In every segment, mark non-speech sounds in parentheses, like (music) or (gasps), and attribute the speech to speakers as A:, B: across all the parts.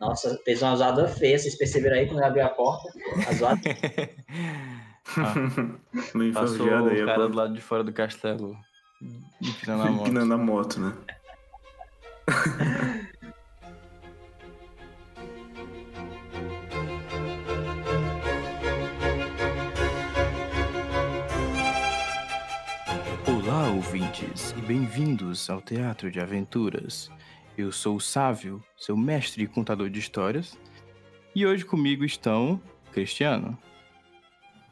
A: Nossa, fez uma zoada feia, vocês perceberam aí quando ele abriu a porta? A zoada. (laughs)
B: Meio
C: Passou
B: enferrujado aí,
C: o
B: eu
C: cara
B: falo,
C: do lado de fora do castelo.
B: (laughs)
C: Empinando (laughs) a moto.
B: empinando a moto, né?
C: Olá, ouvintes, e bem-vindos ao Teatro de Aventuras. Eu sou o Sávio, seu mestre e contador de histórias, e hoje comigo estão Cristiano,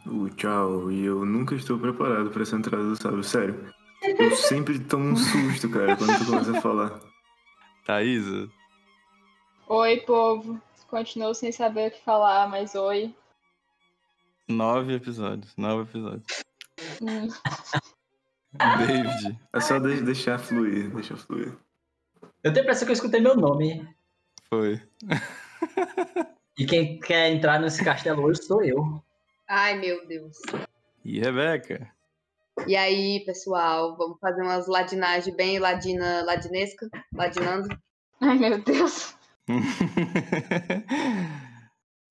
B: O tchau, e eu nunca estou preparado pra essa entrada, sabe? Sério. Eu sempre tomo um susto, cara, quando tu começa a falar.
C: Thaisa,
D: Oi, povo. Continuo sem saber o que falar, mas oi.
C: nove episódios, nove episódios.
D: Hum,
C: (laughs) David,
B: É só de- deixar fluir, deixar fluir.
A: Eu tenho a impressão que eu escutei meu nome.
C: foi.
A: E quem quer entrar nesse castelo hoje sou eu.
E: Ai, meu Deus.
C: E Rebeca,
E: E aí, pessoal, vamos fazer umas ladinagens bem ladina, ladinesca, ladinando.
D: Ai, meu Deus.
C: (laughs)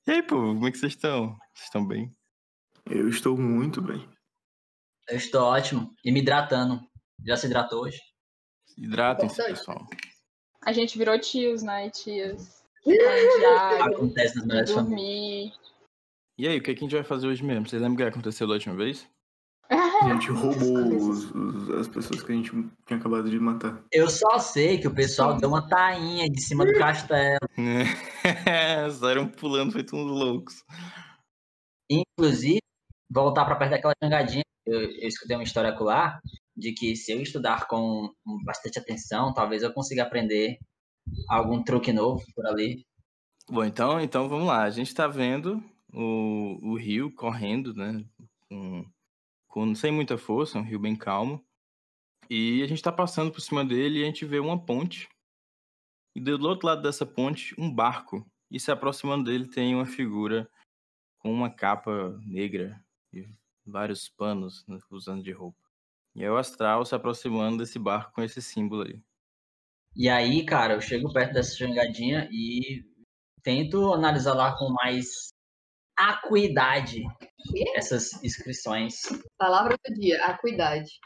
C: e aí, povo, como é que vocês estão? Vocês estão bem?
B: Eu estou muito bem.
A: Eu estou ótimo. E me hidratando. Já se hidratou hoje?
C: Hidratem-se, pessoal.
D: A gente virou tios, né? e Tias. Diário,
A: Acontece nas melhores famílias.
D: dormir.
C: E aí, o que, é que a gente vai fazer hoje mesmo? Vocês lembram o que aconteceu da última vez?
B: A gente roubou os- os- as pessoas que a gente tinha acabado de matar.
A: Eu só sei que o pessoal deu uma tainha de cima do castelo.
C: (laughs) Saíram pulando feito uns loucos.
A: Inclusive, voltar para perto daquela jangadinha. Eu, eu escutei uma história acolá de que se eu estudar com com bastante atenção, talvez eu consiga aprender algum truque novo por ali.
C: Bom, então, então vamos lá. A gente tá vendo o, o rio correndo, né? Com, com- sem muita força, um rio bem calmo. E a gente tá passando por cima dele e a gente vê uma ponte. E do outro lado dessa ponte, um barco. E se aproximando dele tem uma figura com uma capa negra e vários panos né, usando de roupa. E é o astral se aproximando desse barco com esse símbolo aí.
A: E aí, cara, eu chego perto dessa jangadinha e tento analisar lá com mais acuidade
E: Quê?
A: essas inscrições.
E: Palavra do dia, acuidade.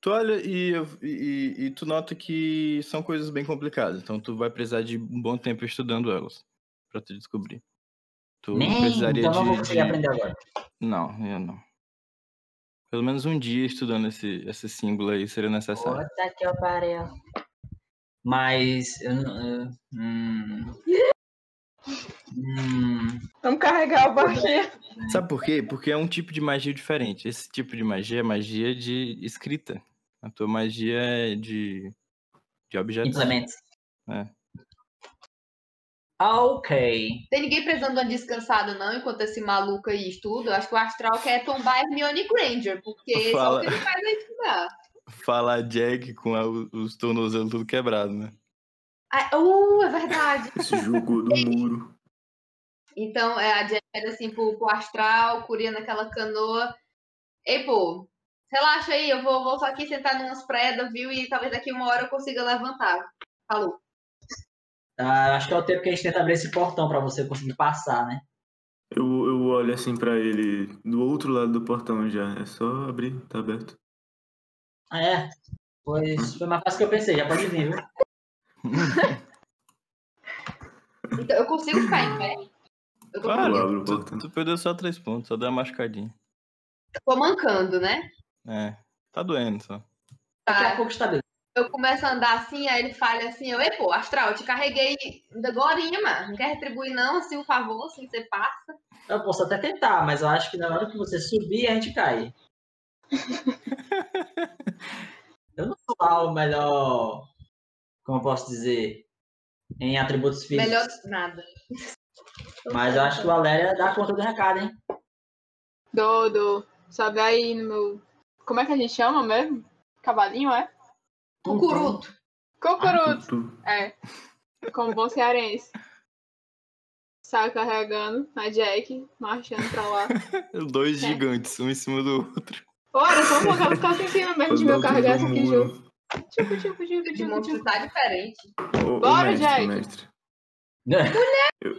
C: Tu olha e, eu- e- e- e tu nota que são coisas bem complicadas, então tu vai precisar de um bom tempo estudando elas pra tu descobrir. Tu
A: Nem,
C: precisaria
A: então não vou
C: de,
A: conseguir
C: de-
A: aprender agora.
C: Não, eu não. Pelo menos um dia estudando esse, esse símbolo aí seria necessário.
A: Puta que eu pariu. Mas. Eu, não- eu, hum, hum,
D: Vamos carregar o barquinho.
C: Sabe por quê? Porque é um tipo de magia diferente. Esse tipo de magia é magia de escrita. A tua magia é de, de objetos.
A: implementos.
C: É.
A: Ok.
E: Tem ninguém precisando de uma descansada, não, enquanto esse maluco aí estuda. Eu acho que o astral quer tombar Hermione Granger, porque
C: Fala.
E: só o que ele faz é estudar.
C: Falar Jack com a- os tornozelos tudo quebrado, né?
E: Ah, uh, é verdade.
B: Esse jogo do muro.
E: Então, é, a Jack era assim pro, pro astral, curia naquela canoa. Ei, pô, relaxa aí, eu vou, vou só aqui sentar numas predas, viu? E talvez daqui uma hora eu consiga levantar. Falou.
A: Ah, acho que é o tempo que a gente tenta abrir esse portão pra você conseguir passar, né?
B: Eu, eu olho assim pra ele do outro lado do portão já. É só abrir, tá aberto.
A: É. Pois foi mais fácil que eu pensei, já pode vir, viu?
E: Então, eu consigo ficar em pé. Eu tô,
C: Claro,
B: Eu abro o
C: tu-
B: portão.
C: tu perdeu só três pontos, só deu uma machucadinha.
E: tô mancando, né?
C: É, tá doendo só.
A: Daqui a
E: Tá.
A: pouco está bem.
E: Eu começo a andar assim, aí ele falha assim, eu, ei, pô, Astral, eu te carreguei agora, mano. Não quer retribuir, não, assim, o favor, assim, você passa.
A: Eu posso até tentar, mas eu acho que na hora que você subir, a gente
E: (laughs)
A: cai. eu não sou lá o melhor. Como eu posso dizer? Em atributos físicos.
E: Melhor do que nada.
A: Mas eu acho que o Valéria dá conta do recado, hein? (laughs)
D: Dodo, sobe aí no meu. Como é que a gente chama mesmo? Cavalinho, é?
E: O curuto.
D: Cocoruto.
B: Tu-
D: É. Como bom cearense. Sai carregando a Jack, marchando pra lá.
C: Dois
D: É.
C: gigantes, um em cima do outro.
D: Ora, só um colocar os caras em cima tá mesmo de
B: do
D: meu
B: outro do
D: carregar isso aqui
B: muro.
D: junto. Tipo, tipo, tipo,
E: De
D: tipo,
E: monte
D: tipo.
E: tá diferente.
B: Ô, ô,
D: Bora,
B: mestre,
D: Jack.
B: mestre.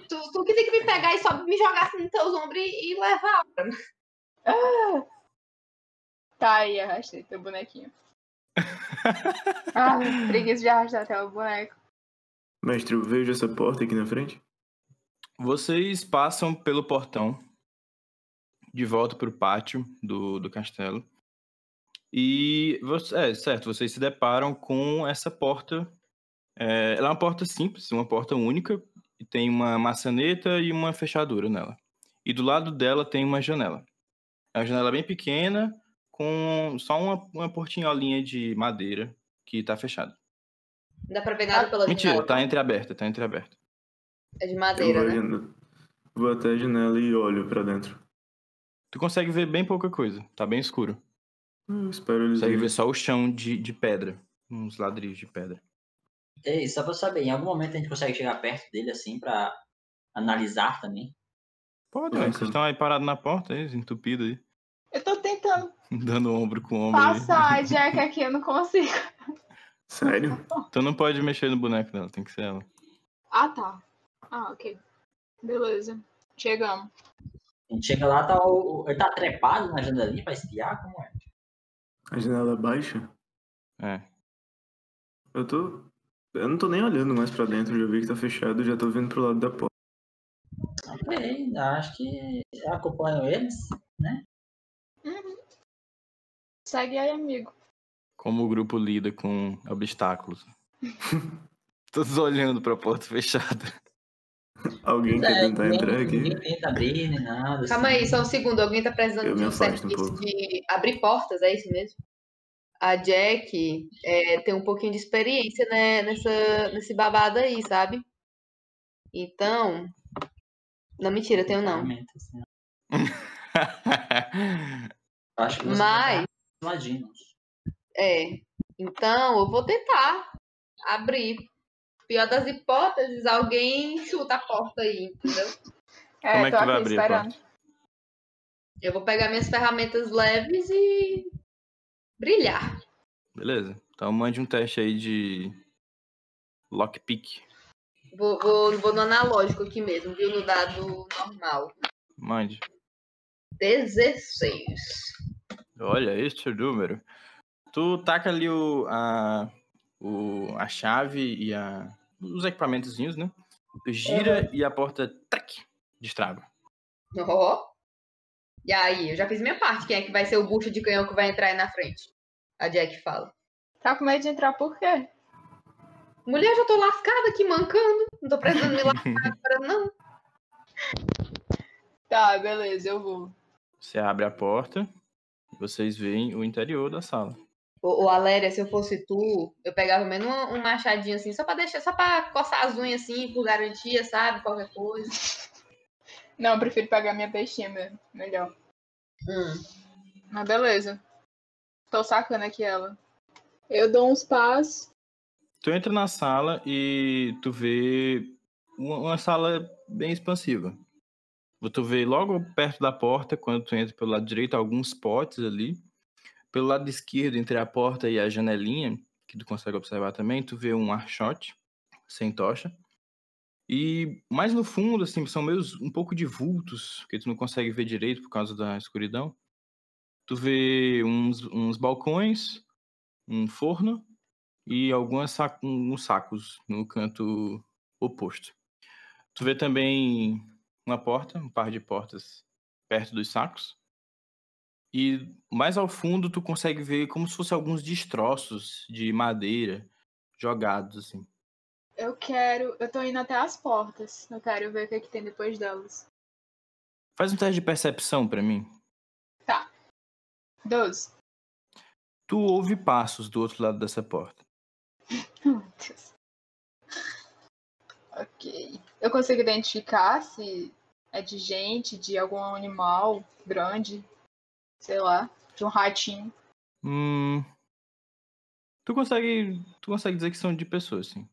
E: Tu, tu que tem que me pegar e só me jogar assim nos teus ombros e, e levar.
D: Tá aí, arrastei teu
C: (laughs)
D: bonequinho. ah, preguiça de arrastar até o boneco.
B: Mestre, eu vejo essa porta aqui na frente.
C: Vocês passam pelo portão de volta pro pátio do, do castelo. E, vo- é, certo, vocês se deparam com essa porta. É, ela é uma porta simples, uma porta única, e tem uma maçaneta e uma fechadura nela. E do lado dela tem uma janela. É uma janela bem pequena, com só uma, uma portinholinha de madeira que tá fechada.
E: Não dá pra ver nada pela
C: Mentira,
E: janela.
C: tá entreaberta, tá entreaberta.
E: É de
B: Eu
E: madeira,
B: vou, à
E: né?
B: jane- vou até a janela e olho pra dentro.
C: Tu consegue ver bem pouca coisa, tá bem escuro.
B: Eu Hum, espero eles
C: Consegue ver
B: virem.
C: só o chão de, de pedra, uns ladrilhos de pedra.
A: Ei, só pra eu saber, em algum momento a gente consegue chegar perto dele assim pra analisar também.
C: Pode, é,
B: Ah,
C: ué,
B: sim.
C: vocês estão aí parados na porta, aí, entupido aí, (laughs)
D: Eu tô tentando
C: dando ombro com ombro. aí.
D: passar a Jack aqui, eu não consigo.
B: Sério?
C: Tu não pode mexer no boneco dela, tem que ser ela.
D: Ah, tá. Ah, ok. Beleza. Chegamos.
A: A gente chega lá, tá o, o- ele tá trepado na janelinha pra espiar, como é?
B: A janela é baixa?
C: É.
B: Eu tô. Eu não tô nem olhando mais pra dentro, já vi que tá fechado, já tô vindo pro lado da porta.
A: Ok, acho que eu acompanho eles.
D: Segue aí, amigo.
C: Como o grupo lida com obstáculos. (laughs) Todos olhando pra porta fechada.
B: Alguém quer
A: É,
B: tentar
A: ninguém-
B: entrar aqui?
A: Ninguém tenta abrir, nem nada.
E: Calma
A: assim.
E: aí, só um segundo. Alguém tá precisando
B: Eu
E: de
B: me
E: um
B: afasto um
E: serviço
B: pouco.
E: de abrir portas, é isso mesmo? A Jack é, tem um pouquinho de experiência né, nessa, nesse babado aí, sabe? Então. Não, mentira, eu tenho não.
A: Realmente, assim,
D: É,
A: eu acho que você
E: Mas,
A: tá acostumado.
E: é. Então, eu vou tentar abrir. Pior das hipóteses, alguém chuta a porta aí, entendeu?
D: É,
C: Como é que
D: tô
C: tu vai
D: aqui
C: abrir a
D: esperando.
E: Eu vou pegar minhas ferramentas leves e brilhar.
C: Beleza. Então mande um teste aí de lockpick.
E: Vou, vou, vou no analógico aqui mesmo, viu? No dado normal.
C: Mande.
E: 16.
C: Olha, este número. Tu taca ali o, a, o, a chave e a, os equipamentozinhos, né? Tu gira e a porta tac, destrava.
E: Ó. E aí, eu já fiz minha parte. Quem é que vai ser o bucho de canhão que vai entrar aí na frente? A Jack fala.
D: Tá com medo de entrar por quê?
E: Mulher, eu já tô lascada aqui, mancando. Não tô precisando me lascar agora, não.
D: Tá, beleza, eu vou.
C: Você abre a porta e vocês veem o interior da sala.
E: Ô, ô, Aléria, se eu fosse tu, eu pegava mesmo um, um machadinho assim, só pra deixar, só pra coçar as unhas assim, por garantia, sabe? Qualquer coisa.
D: Não, eu prefiro pegar minha peixinha mesmo. Melhor.
E: Hum.
D: Mas beleza. Tô sacando aqui ela. Eu dou uns passos.
C: Tu entra na sala e tu vê uma, uma sala bem expansiva. Tu vê logo perto da porta, quando tu entra pelo lado direito, alguns potes ali. Pelo lado esquerdo, entre a porta e a janelinha, que tu consegue observar também, tu vê um archote sem tocha. E mais no fundo, assim, são meio um pouco de vultos, que tu não consegue ver direito por causa da escuridão. Tu vê uns, uns balcões, um forno e alguns sacos no canto oposto. Tu vê também uma porta, um par de portas perto dos sacos. E mais ao fundo tu consegue ver como se fossem alguns destroços de madeira jogados assim.
D: Eu quero. Eu tô indo até as portas. Eu quero ver o que, que tem depois delas.
C: Faz um teste de percepção pra mim.
D: 12.
C: Tu ouve passos do outro lado dessa porta.
D: Oh, meu Deus. Ok. Eu consigo identificar se é de gente, de algum animal grande. Sei lá. De um ratinho.
C: Hum. Tu consegue, tu consegue dizer que são de pessoas, sim.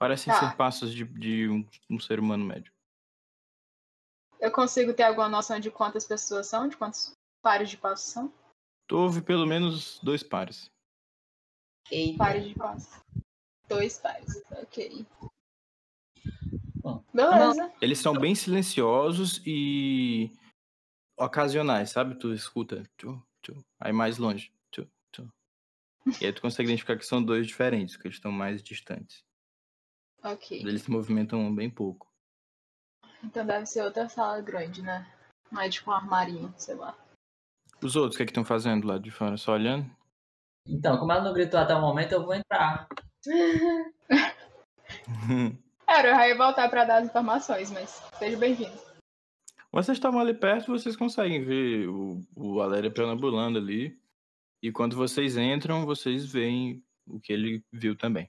C: Parecem
D: Tá.
C: ser passos de, de um- um ser humano médio.
D: Eu consigo ter alguma noção de quantas pessoas são, de quantos pares de passos são?
C: Tu ouve pelo menos dois pares.
E: Eita.
D: Pares de passos. Dois pares. Ok.
A: pô.
D: Beleza.
C: Eles são bem silenciosos e ocasionais, sabe? Tu escuta, tu, tu, aí mais longe, tu, tu. E aí tu consegue identificar que são dois diferentes, que eles estão mais distantes.
D: Ok.
C: Eles se movimentam bem pouco.
D: Então deve ser outra sala grande, né? Não é tipo um armarinho, sei lá.
C: Os outros, o que é que estão fazendo lá de fora? Só olhando?
A: Então, como ela não gritou até o momento, eu vou entrar.
D: Era, eu ia voltar pra dar as informações, mas seja bem-vindo.
C: Vocês estavam ali perto, vocês conseguem ver o, o Aléria perambulando ali. E quando vocês entram, vocês veem o que ele viu também.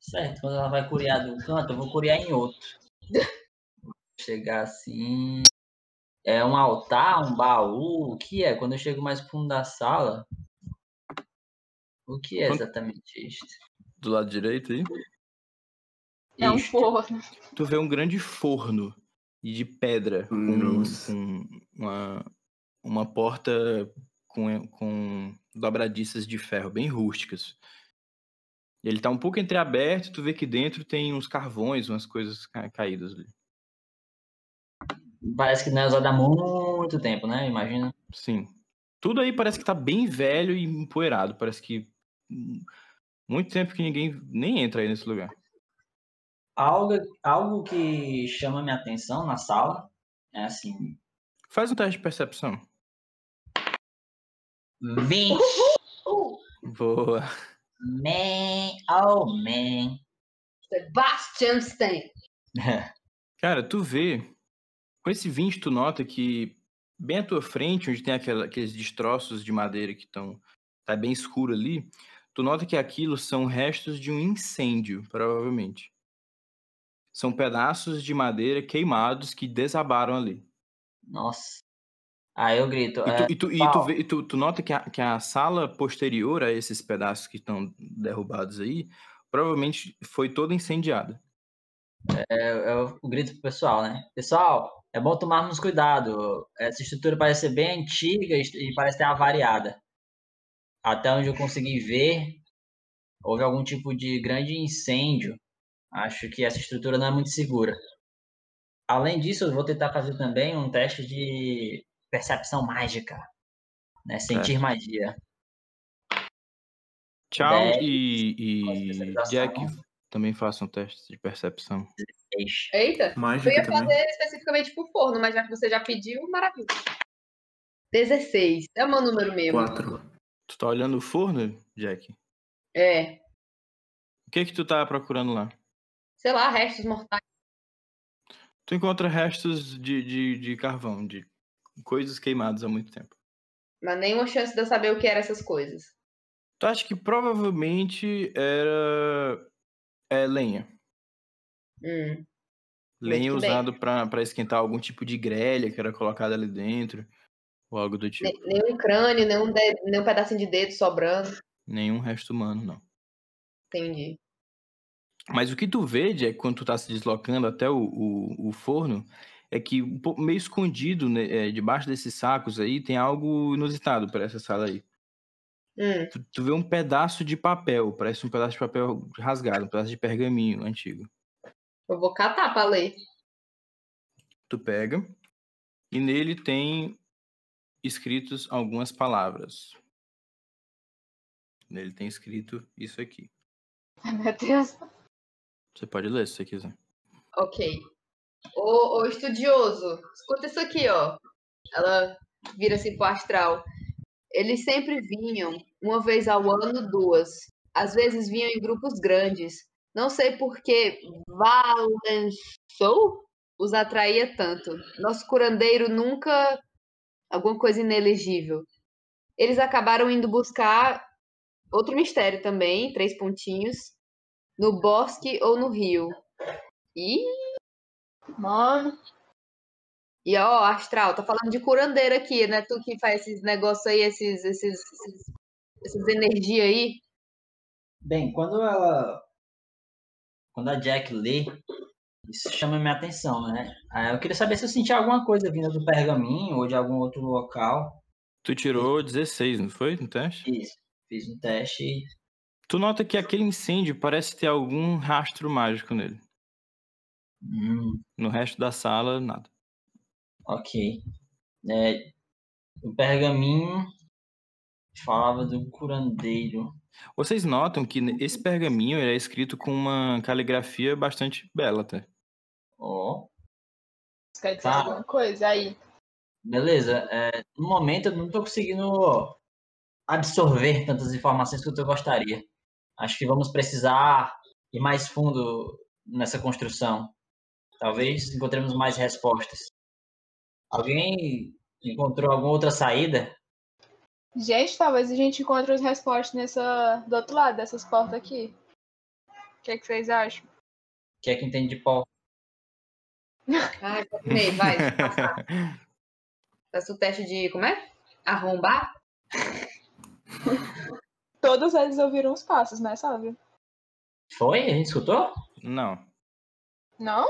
A: Certo, quando ela vai curiar de um canto, eu vou curiar em outro.
E: (laughs)
A: Vou Chegar assim. É um altar, um baú? O que é? Quando eu chego mais fundo da sala. O que é
C: Quando-
A: exatamente isto?
C: Do lado direito aí,
D: É um
A: Isto.
D: forno.
C: tu vê um grande forno de pedra com,
B: Nossa.
C: com uma, uma porta com, com dobradiças de ferro, bem rústicas. Ele tá um pouco entreaberto, tu vê que dentro tem uns carvões, umas coisas ca- caídas ali.
A: Parece que não é usado há muito tempo, né? Imagina.
C: Sim. Tudo aí parece que tá bem velho e empoeirado. Parece que. hum, Muito tempo que ninguém nem entra aí nesse lugar.
A: Algo, algo que chama minha atenção na sala é assim.
C: Faz um teste de percepção.
A: 20
E: Uh,
C: Boa.
A: man, oh man.
E: Sebastian Stein.
C: Cara, tu vê. Com esse 20, tu nota que bem à tua frente, onde tem aquela- aqueles destroços de madeira que estão. Tá bem escuro ali. Tu nota que aquilo são restos de um incêndio, provavelmente. São pedaços de madeira queimados que desabaram ali.
A: Nossa. Aí eu grito.
C: E
A: é,
C: tu, e tu, e tu
A: Paulo.
C: vê- e tu- tu nota que a, que a sala posterior a esses pedaços que estão derrubados aí, provavelmente foi toda incendiada.
A: eu, eu é grito pro pessoal, né? Pessoal, é bom tomarmos cuidado. Essa estrutura parece ser bem antiga e est- e parece ter avariada. Até onde eu consegui ver, houve algum tipo de grande incêndio. Acho que essa estrutura não é muito segura. Além disso, eu vou tentar fazer também um teste de percepção mágica, né? Sentir magia.
C: Tchau
A: Dez,
C: e, e
A: especialização.
C: Jack também faça um teste de percepção.
A: Ixi.
E: Eita. Eu
B: Mágica
E: ia
B: também.
E: fazer especificamente pro forno, mas já que você já pediu, maravilha. 16. É o meu número mesmo.
B: Quatro.
C: Tu tá olhando o forno, Jack?
E: É.
C: O que que tu tá procurando lá?
E: Sei lá, restos mortais.
C: Tu encontra restos de, de, de carvão, de coisas queimadas há muito tempo.
E: Mas nenhuma chance de eu saber o que eram essas coisas.
C: Tu acha que provavelmente era é, lenha.
E: Hum.
C: Lenha
E: Muito bem.
C: usado pra pra esquentar algum tipo de grelha que era colocada ali dentro, ou algo do tipo.
E: Ne- Nenhum crânio, nenhum, de- nenhum pedacinho de dedo sobrando.
C: Nenhum resto humano, não.
E: Entendi.
C: Mas o que tu vê, Jack, quando tu tá se deslocando até o, o, o forno, é que um pouco meio escondido, né, é, debaixo desses sacos aí, tem algo inusitado para essa sala aí.
E: Hum.
C: Tu, tu vê um pedaço de papel, parece um pedaço de papel rasgado, um pedaço de pergaminho antigo.
E: Eu vou catar pra ler.
C: Tu pega e nele tem escritos algumas palavras. Nele tem escrito isso aqui.
D: Ai, meu Deus.
C: Você pode ler se você quiser.
E: Ok. Ô, ô estudioso, escuta isso aqui, ó. Ela vira assim pro astral. Eles sempre vinham, uma vez ao ano, duas. Às vezes vinham em grupos grandes. Não sei por que Valensou os atraía tanto. Nosso curandeiro nunca. alguma coisa inelegível. Eles acabaram indo buscar outro mistério também, três pontinhos, no bosque ou no rio. E
D: Mano.
E: E ó, Astral, tá falando de curandeiro aqui, né? Tu que faz esses negócios aí, esses, esses, esses, essas energias aí.
A: Bem, quando ela. Quando a Jack lê, isso chama minha atenção, né? Ah, Eu queria saber se eu senti alguma coisa vinda do pergaminho ou de algum outro local.
C: Tu tirou 16, não foi? No teste?
A: Isso. Fiz um teste e
C: Tu nota que aquele incêndio parece ter algum rastro mágico nele.
A: Hum,
C: No resto da sala, nada.
A: ok. É, o pergaminho falava do curandeiro.
C: Vocês notam que esse pergaminho ele é escrito com uma caligrafia bastante bela tá? até.
A: Ó,
D: Isso quer dizer
A: Tá.
D: alguma coisa aí.
A: beleza. É, no momento eu não tô conseguindo absorver tantas informações quanto eu gostaria. Acho que vamos precisar ir mais fundo nessa construção. Talvez encontremos mais respostas. Alguém encontrou alguma outra saída?
D: Gente, talvez a gente encontre as respostas nessa, do outro lado, dessas portas aqui. O que, é que vocês acham?
A: O que é que entende de pó?
E: Ai, Japonei, vai, deixa eu passar. Faz o teste de, como é? Arrombar?
D: Todos eles ouviram os passos, né, sabe?
A: Foi? A gente escutou?
C: Não.
D: Não?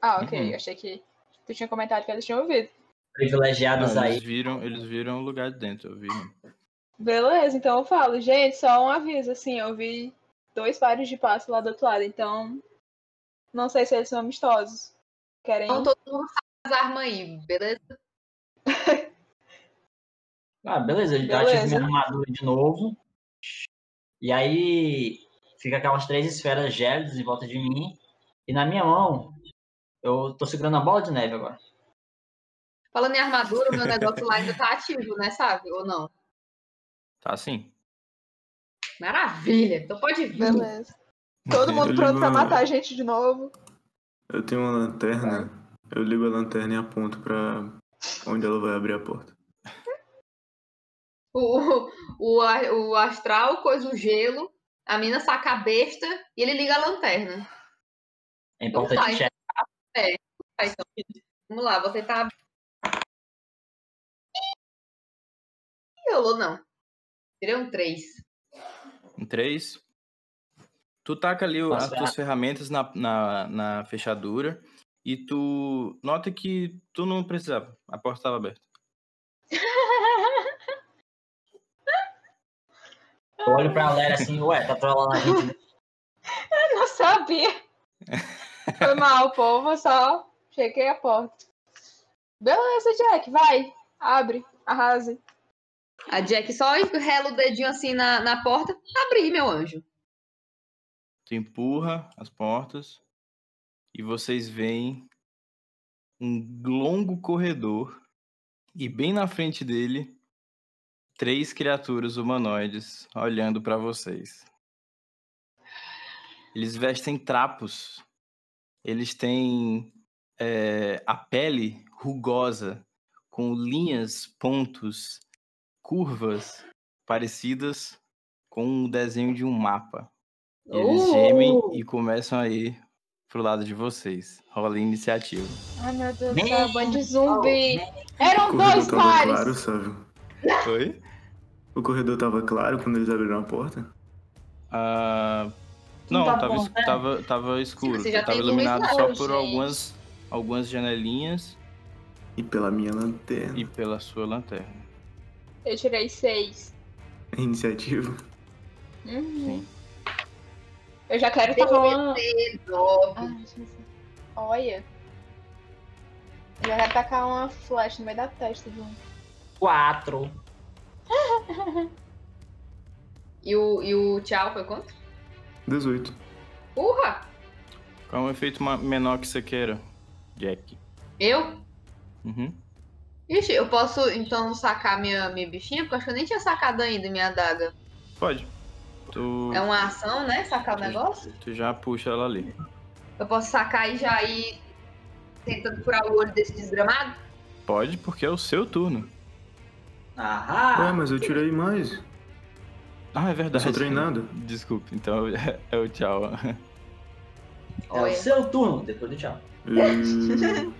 D: Ah, ok.
C: Uhum.
D: Achei que tu tinha comentado que eles tinham ouvido.
C: Não,
A: Privilegiados Tá aí.
C: eles viram, eles viram o lugar de dentro, eu vi.
D: Beleza, então eu falo, gente, só um aviso, assim, eu vi dois pares de passos lá do outro lado, então não sei se eles são amistosos. Querem?
E: Então todo mundo faz as armas aí, beleza?
A: Ah, beleza, eu ativo
D: Beleza.
A: minha armadura de novo. E aí fica aquelas três esferas gélidas em volta de mim. E na minha mão, eu tô segurando a bola de neve agora.
E: Falando em armadura, o meu negócio lá ainda tá ativo, né, sabe? Ou não?
C: Tá assim.
E: Maravilha, então pode vir.
D: Beleza. Todo mundo
B: Eu
D: pronto pra
B: ligo a-
D: matar a gente de novo.
B: Eu tenho uma lanterna, eu ligo a lanterna e aponto pra onde ela vai abrir a porta.
E: O, o, a- o astral coisa o gelo, a mina saca a besta e ele liga a lanterna.
A: É
E: Então
A: importante
E: tá, então
A: checar.
E: Tá, então, vamos lá, você tá. Ih, Rolou não. Tirei um 3.
C: Em três. Tu taca ali o- as
A: Posso
C: tuas ferramentas na, na, na fechadura e tu nota que tu não precisava. A porta estava aberta.
A: Eu olho pra galera assim, ué, tá trolando a gente. né?"
D: (laughs) Eu não sabia. Foi mal, povo, eu só chequei a porta. Beleza, Jack, vai. Abre, arrase.
E: A Jack só enrela o dedinho assim na, na porta. Abri, meu anjo.
C: Tu empurra as portas e vocês veem um longo corredor e bem na frente dele três criaturas humanoides olhando pra vocês. Eles vestem trapos. Eles têm eh, a pele rugosa com linhas, pontos, curvas parecidas com o desenho de um mapa. E Eles gemem
A: Oh!
E: Uh!
C: e começam a ir pro lado de vocês. Rola a iniciativa.
D: Ai, meu Deus do
A: Nem-
D: céu, bando de zumbi.
B: O
D: Eram
B: corredor
D: dois
B: tava
D: pares.
B: claro, sabe?
C: Oi?
B: O corredor tava claro quando eles abriram a porta?
C: Ah,
A: Não
C: não,
A: tá
C: tava,
A: bom,
C: es-
A: né?
C: tava, tava escuro.
E: Você já
C: tava
E: tem luz
C: iluminado
E: lá,
C: só
E: gente.
C: por algumas, algumas janelinhas
B: E pela minha lanterna.
C: e pela sua lanterna.
D: Eu tirei seis.
B: Iniciativa.
D: Uhum.
C: Sim.
D: Eu já quero
E: Tem
D: estar rolando.
E: Ó,
D: Ai, Jesus. Olha. Eu já quero tacar uma flecha no meio da testa de um.
A: Quatro.
E: E o, e o tchau foi quanto?
B: 18.
E: Urra!
C: Qual é um efeito ma- menor que você queira, Jack?
E: Eu?
C: Uhum.
E: Ixi, eu posso então sacar minha, minha bichinha? Porque eu acho que eu nem tinha sacado ainda minha adaga.
C: Pode. Tu,
E: É uma ação, né? Sacar o negócio?
C: tu já puxa ela ali.
E: Eu posso sacar e já ir tentando furar o olho desse desgramado?
C: Pode, porque é o seu turno.
E: Ah.
B: Ué,
A: Ahá.
B: mas eu tirei mais.
C: Ah, é
B: Eu
C: verdade.
B: sou treinado.
C: Desculpa, então (laughs) é, é o tchau.
A: É o
E: Olha.
A: seu turno, depois do tchau.
B: Hum,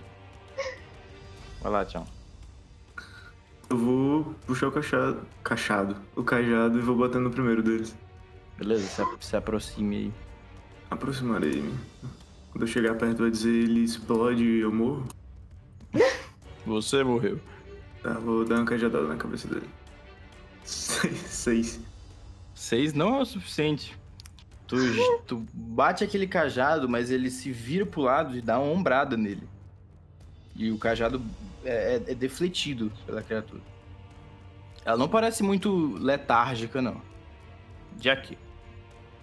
C: Vai lá, tchau.
B: eu vou puxar o cachado. Cachado. O cajado e vou bater no primeiro deles.
C: Beleza, se, a- se aproxime aí.
B: Aproximarei-me. né? Quando eu chegar perto, vai dizer ele explode e eu morro.
C: Você morreu.
B: Tá, vou dar uma cajadada na cabeça dele. Seis. Seis.
C: Seis não é o suficiente. Tu, tu bate aquele cajado, mas ele se vira pro lado e dá uma ombrada nele. E o cajado é, é- é defletido pela criatura. Ela não parece muito letárgica, não. Jack.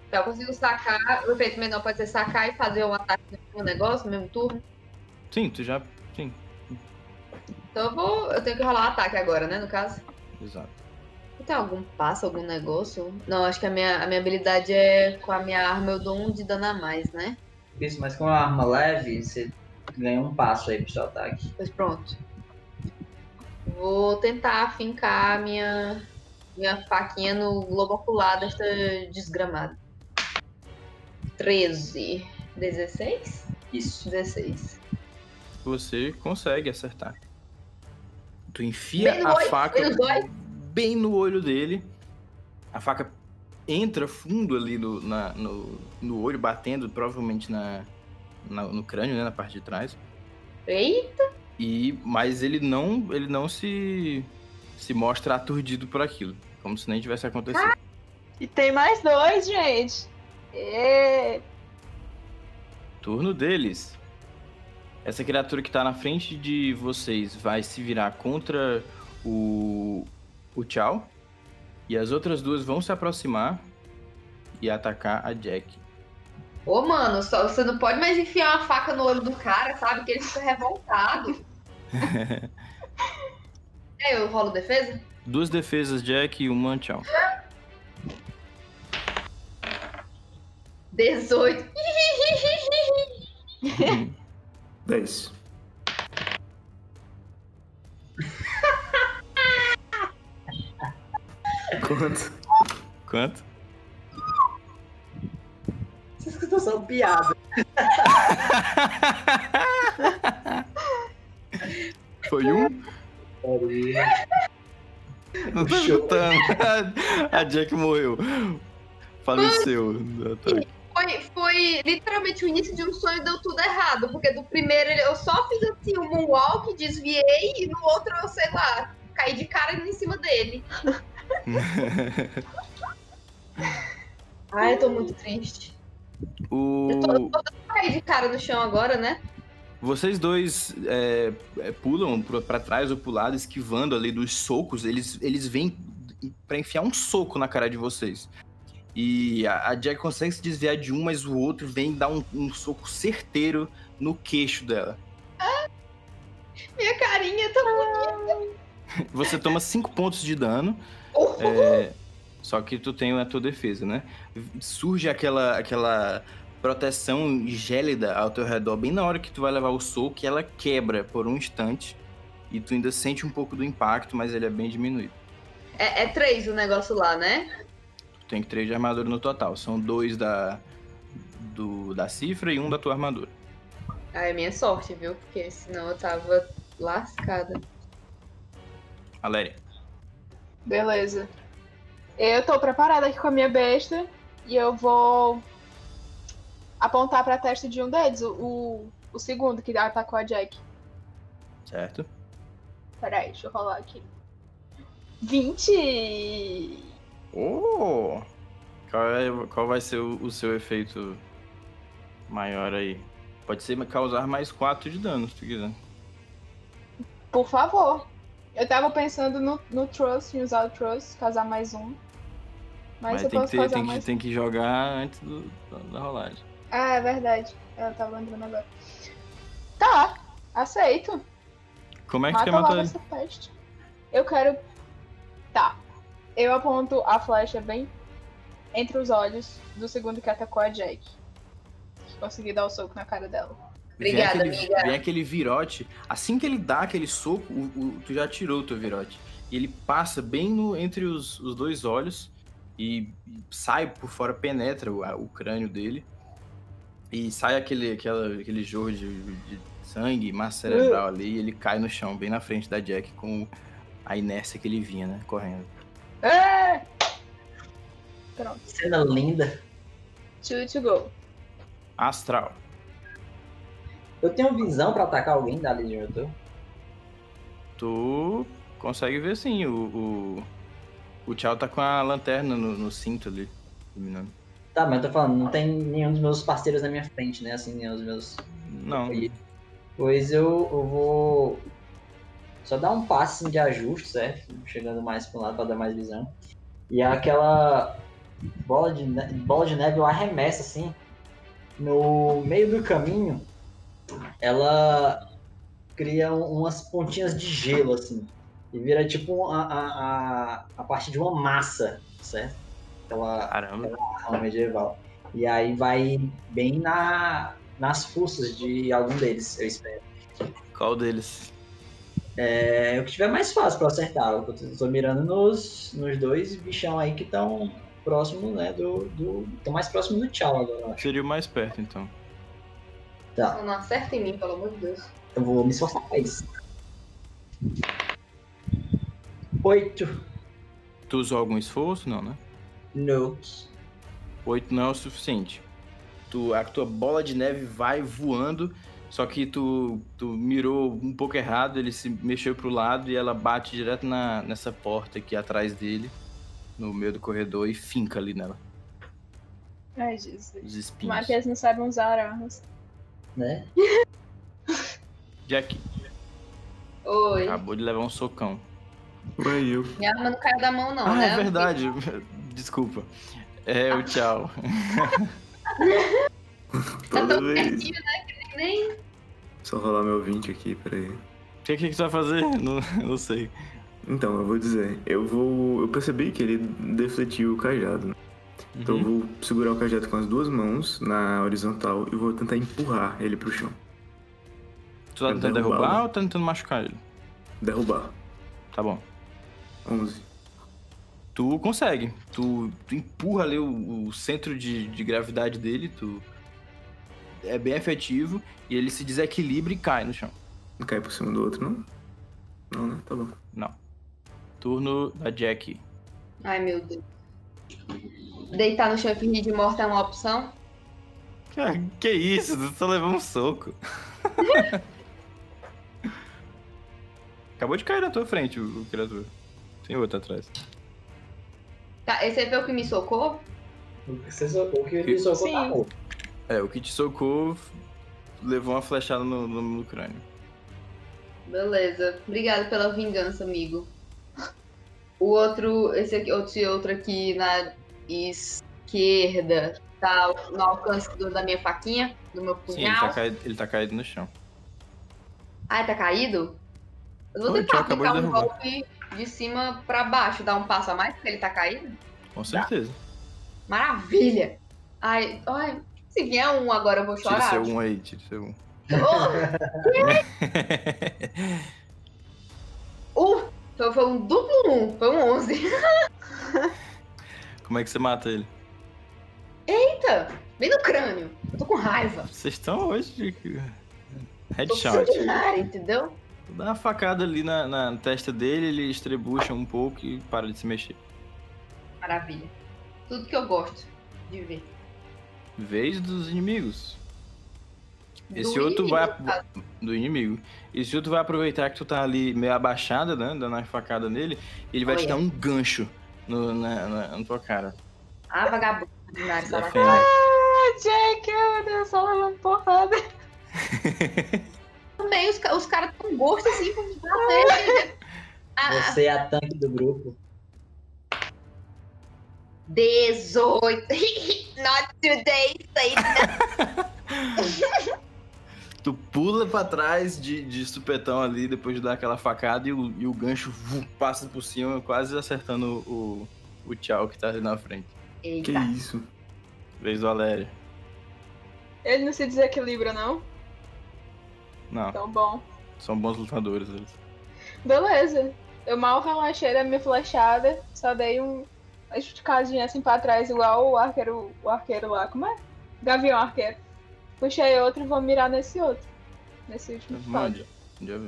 E: Então, eu consigo sacar, o efeito menor pode ser sacar e fazer um ataque no mesmo negócio, no mesmo turno.
C: Sim, tu já. Sim,
E: Então eu vou. Eu tenho que rolar um ataque agora, né? No caso.
C: exato.
E: Tem algum passo, algum negócio? Não, acho que a minha, a minha habilidade é com a minha arma eu dou um de dano a mais, né?
A: Isso, mas com a arma leve, você ganha um passo aí pro seu ataque.
E: Pois pronto. Vou tentar afincar a minha, minha faquinha no globo ocular desta desgramada. 13. 16?
A: Isso.
E: 16.
C: Você consegue acertar. Tu enfia
E: Bem no
C: a
E: olho,
C: faca
E: bem nos olhos.
C: bem no olho dele. A faca entra fundo ali no, na- no, no olho, batendo provavelmente na, na- no crânio, né, na parte de trás.
E: Ei,
C: E mas ele não ele não se se mostra aturdido por aquilo, como se nem tivesse acontecido.
D: E tem mais dois, gente. Ê,
C: Turno deles. Essa criatura que tá na frente de vocês vai se virar contra o. o Tchau. E as outras duas vão se aproximar e atacar a Jack.
E: ô mano, só, você não pode mais enfiar uma faca no olho do cara, sabe? Que ele fica (laughs) revoltado. é, eu rolo defesa?
C: Duas defesas, Jack, e uma Tchau.
E: 18.
B: 10. Quanto?
C: Quanto?
A: Vocês que estão só piada.
C: (laughs) Foi um? Não tô chutando. (laughs) A Jack morreu. Faleceu. do ataque.
E: Foi, foi literalmente o início de um sonho e deu tudo errado, porque do primeiro ele- eu só fiz assim um moonwalk, desviei, e no outro eu, sei lá, caí de cara em cima dele. (laughs) Ai, eu tô muito triste. Eu tô,
C: O...
E: eu tô eu caí de cara no chão agora, né?
C: Vocês dois é, é, pulam pro- pra trás ou pro lado, esquivando ali dos socos. Eles, eles vêm pra enfiar um soco na cara de vocês. E a, a Jack consegue se desviar de um, mas o outro vem dar um, um soco certeiro no queixo dela.
E: Minha carinha tá muito.
C: Você toma 5 pontos de dano.
E: Oh,
C: É, só que tu tem a tua defesa, né? Surge aquela, aquela proteção gélida ao teu redor bem na hora que tu vai levar o soco, e ela quebra por um instante e tu ainda sente um pouco do impacto, mas ele é bem diminuído.
E: É, é três o negócio lá, né?
C: Tu tem três de armadura no total, são dois da do, da cifra e um da tua armadura.
E: Ah, é minha sorte, viu? Porque senão eu tava lascada.
C: Valéria,
D: Beleza. Eu tô preparada aqui com a minha besta e eu vou apontar pra testa de um deles, o, o, o segundo que atacou a Jack.
C: certo?
D: Peraí, deixa eu rolar aqui. 20!
C: Oh! Qual, é- qual vai ser o, o seu efeito maior aí? Pode ser causar mais 4 de dano, se tu quiser.
D: Por favor. Eu tava pensando no, no Trust, em usar o Trust, casar mais um.
C: Mas
D: Mas,
C: tem
D: eu
C: que,
D: posso
C: ter,
D: casar
C: tem, que,
D: mais
C: tem que jogar antes do- da, da rolagem.
D: Ah, é verdade. Eu tava lembrando agora. Tá, aceito.
C: Como é que tu
D: Mata
C: quer
D: logo
C: matar ele?
D: essa peste. Eu quero. Tá. Eu aponto a flecha bem entre os olhos do segundo que atacou a Jack. Que Consegui dar o soco na cara dela.
E: Obrigada,
C: vem aquele, vem aquele virote. Assim que ele dá aquele soco, o- o- tu já tirou o teu virote. E ele passa bem no- entre os, os dois olhos e sai por fora, penetra o, a- o crânio dele. E sai aquele, aquela, aquele jorro de, de sangue, massa cerebral ali, e ele cai no chão, bem na frente da Jack, com a inércia que ele vinha, né? Correndo.
D: É! Pronto.
A: Cena linda.
D: Two to go.
C: Astral.
A: Eu tenho visão pra atacar alguém dali de onde eu tô?
C: Tu consegue ver sim o, o, O Tchau tá com a lanterna no, no cinto ali, iluminando.
A: Tá, mas eu tô falando, não tem nenhum dos meus parceiros na minha frente, né? Assim, nenhum dos meus.
C: Não.
A: E- Pois eu, eu vou só dar um passe de ajuste, certo? Chegando mais pra um lado pra dar mais visão. E é aquela bola de, ne- bola de neve eu arremesso assim. No meio do caminho, ela cria um- umas pontinhas de gelo, assim. E vira tipo a, a, a, a parte de uma massa, certo? Aquela,
C: Caramba.
A: arma medieval. E aí vai bem na, nas fuças de algum deles, eu espero.
C: Qual deles?
A: É o que tiver mais fácil pra acertar. Eu tô, tô mirando nos, nos dois bichão aí que estão próximo, né, do, do... Estão mais próximo do tchau agora, eu acho.
C: Seria o mais perto, então.
A: Tá,
E: Não acerta em mim, pelo amor de Deus.
A: eu vou me esforçar pra isso. Oito.
C: Tu usou algum esforço? Não, né?
A: No.
C: Oito não é o suficiente. Tu, a tua bola de neve vai voando, só que tu, tu mirou um pouco errado, ele se mexeu pro lado e ela bate direto na, nessa porta aqui atrás dele, no meio do corredor, e finca ali nela,
D: Ai,
C: os
D: Jesus. Tomara
C: espinhos.
D: que eles não saibam usar armas.
A: Né?
C: Jack
E: Oi.
C: acabou de levar um socão.
B: Ué, e eu.
E: Minha arma não caiu da mão, não,
C: ah,
E: né?
C: é verdade. (laughs) Desculpa. É, o tchau.
E: Tá
B: Toda
E: tão
B: vez.
E: pertinho, né? Que nem.
B: Só rolar meu 20 aqui, peraí.
C: O que, que que tu vai fazer? (laughs) Não, não sei.
B: Então, eu vou dizer. Eu vou. Eu percebi que ele defletiu o cajado. né? Então eu
C: Uhum.
B: vou segurar o cajado com as duas mãos na horizontal e vou tentar empurrar ele pro chão.
C: Tu tá
B: eu
C: tentando
B: derrubar,
C: derrubar
B: né?
C: ou tá tentando machucar ele?
B: Derrubar.
C: Tá bom.
B: 11.
C: Tu consegue. Tu, tu empurra ali o, o centro de, de gravidade dele, tu. É bem efetivo e ele se desequilibra e cai no chão.
B: Não cai por cima do outro, não? Não, né? Tá bom.
C: Turno da (laughs) Jack.
E: Ai, meu Deus. Deitar no chão e fingir de morta é uma opção?
C: Cara, Ah, que isso? Tu só levou um soco. (laughs) Acabou de cair na tua frente o, o criatura. Tem outro atrás.
E: Tá, esse aí foi o que me socou?
A: O que você socou, o que ele socou tá
D: Sim.
A: morto.
C: É, o que te socou f- levou uma flechada no, no, no crânio.
E: Beleza. Obrigado pela vingança, amigo. O outro, esse aqui, outro, esse outro aqui na esquerda, tá no alcance do- da minha faquinha, do meu
C: Sim, ele tá,
E: punhal.
C: caído, ele tá caído no chão.
E: Ai, tá caído? Eu vou
C: Oi,
E: tentar
C: tchau, acabou
E: aplicar
C: de
E: um
C: derrubar.
E: golpe de cima pra baixo, dar um passo a mais, porque ele tá caído.
C: Com certeza.
E: Maravilha! Ai, ai, se vier um agora eu vou
C: Tira
E: chorar.
C: seu um aí, tira seu um.
E: Oh, uh, foi, foi um duplo um, foi um 11.
C: (laughs) Como é que você mata ele?
E: Eita, vem no crânio, eu tô com raiva.
C: Vocês estão hoje. de-
E: Tô
C: Headshot.
E: funcionário, entendeu?
C: Dá uma facada ali na, na testa dele, ele estrebucha um pouco e para de se mexer.
E: Maravilha. Tudo que eu gosto de ver.
C: Vez dos inimigos. Esse
E: Do
C: outro
E: inimigo,
C: vai.
E: no caso.
C: Do inimigo. Esse outro vai aproveitar que tu tá ali meio abaixada, né? Dando uma facada nele. E ele vai te
E: Olha.
C: dar um gancho no, na, na- na tua cara.
E: Ah, vagabundo. Nari, tá
C: Defende.
E: lá.
D: Ah, Jake, meu Deus, só levando porrada.
E: Também os, ca- os caras tão gosto assim pra me
C: (laughs)
E: bater. Ah,
A: Você é a tanque do grupo.
E: 18. (laughs) Not today, Satan.
C: Tu pula pra trás de, de supetão ali, depois de dar aquela facada, e o, e o gancho vu, passa por cima, quase acertando o, o tchau que tá ali na frente.
B: Que
E: Eita.
B: isso?
C: Vez do Alério.
D: Ele não se desequilibra, não?
C: Não,
D: Então, bom.
C: são bons lutadores eles.
D: Beleza. Eu mal relaxei da minha flechada, só dei um uma esticadinha assim pra trás, igual o arqueiro, o arqueiro lá. Como é? Gavião arqueiro. Puxei outro e vou mirar nesse outro. Nesse último foda.
C: Mande. Já viu.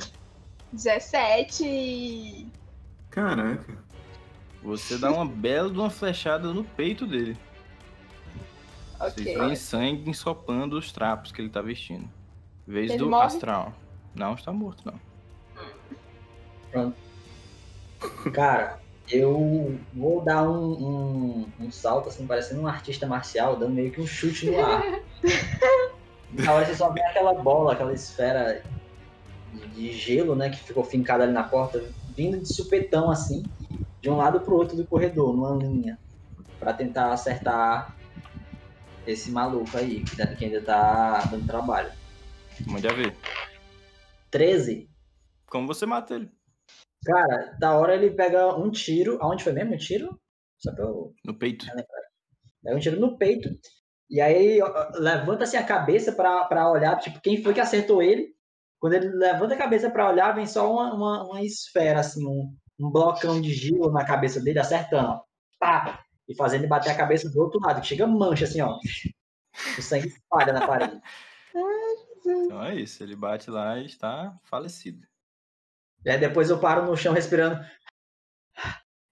D: 17.
B: Caraca.
C: Você dá uma bela de uma flechada no peito dele. Vocês
D: Ok.
C: veem sangue ensopando os trapos que ele tá vestindo. Vez
D: Ele
C: do
D: morre?
C: astral. Não está morto, não.
A: Cara, eu vou dar um, um, um salto, assim, parecendo um artista marcial, dando meio que um chute no ar. Na hora você só vê aquela bola, aquela esfera de- de gelo, né, que ficou fincada ali na porta, vindo de supetão, assim, de um lado pro outro do corredor, numa linha, pra tentar acertar esse maluco aí, que tá- que ainda tá dando trabalho.
C: Mande a ver.
A: 13.
C: Como você mata ele?
A: Cara, da hora ele pega um tiro. Aonde foi mesmo o tiro? Só pra eu
C: No peito.
D: É.
A: Dá um tiro no peito. E aí ó, ó, levanta-se a cabeça pra pra olhar, tipo, quem foi que acertou ele. Quando ele levanta a cabeça pra olhar, vem só uma, uma, uma esfera, assim, um, um blocão de gelo na cabeça dele, acertando. ó. Pá! E fazendo ele bater a cabeça do outro lado, que chega mancha, assim, ó. O sangue espalha na parede.
C: Então é isso. Ele bate lá e está falecido.
A: E aí depois eu paro no chão respirando.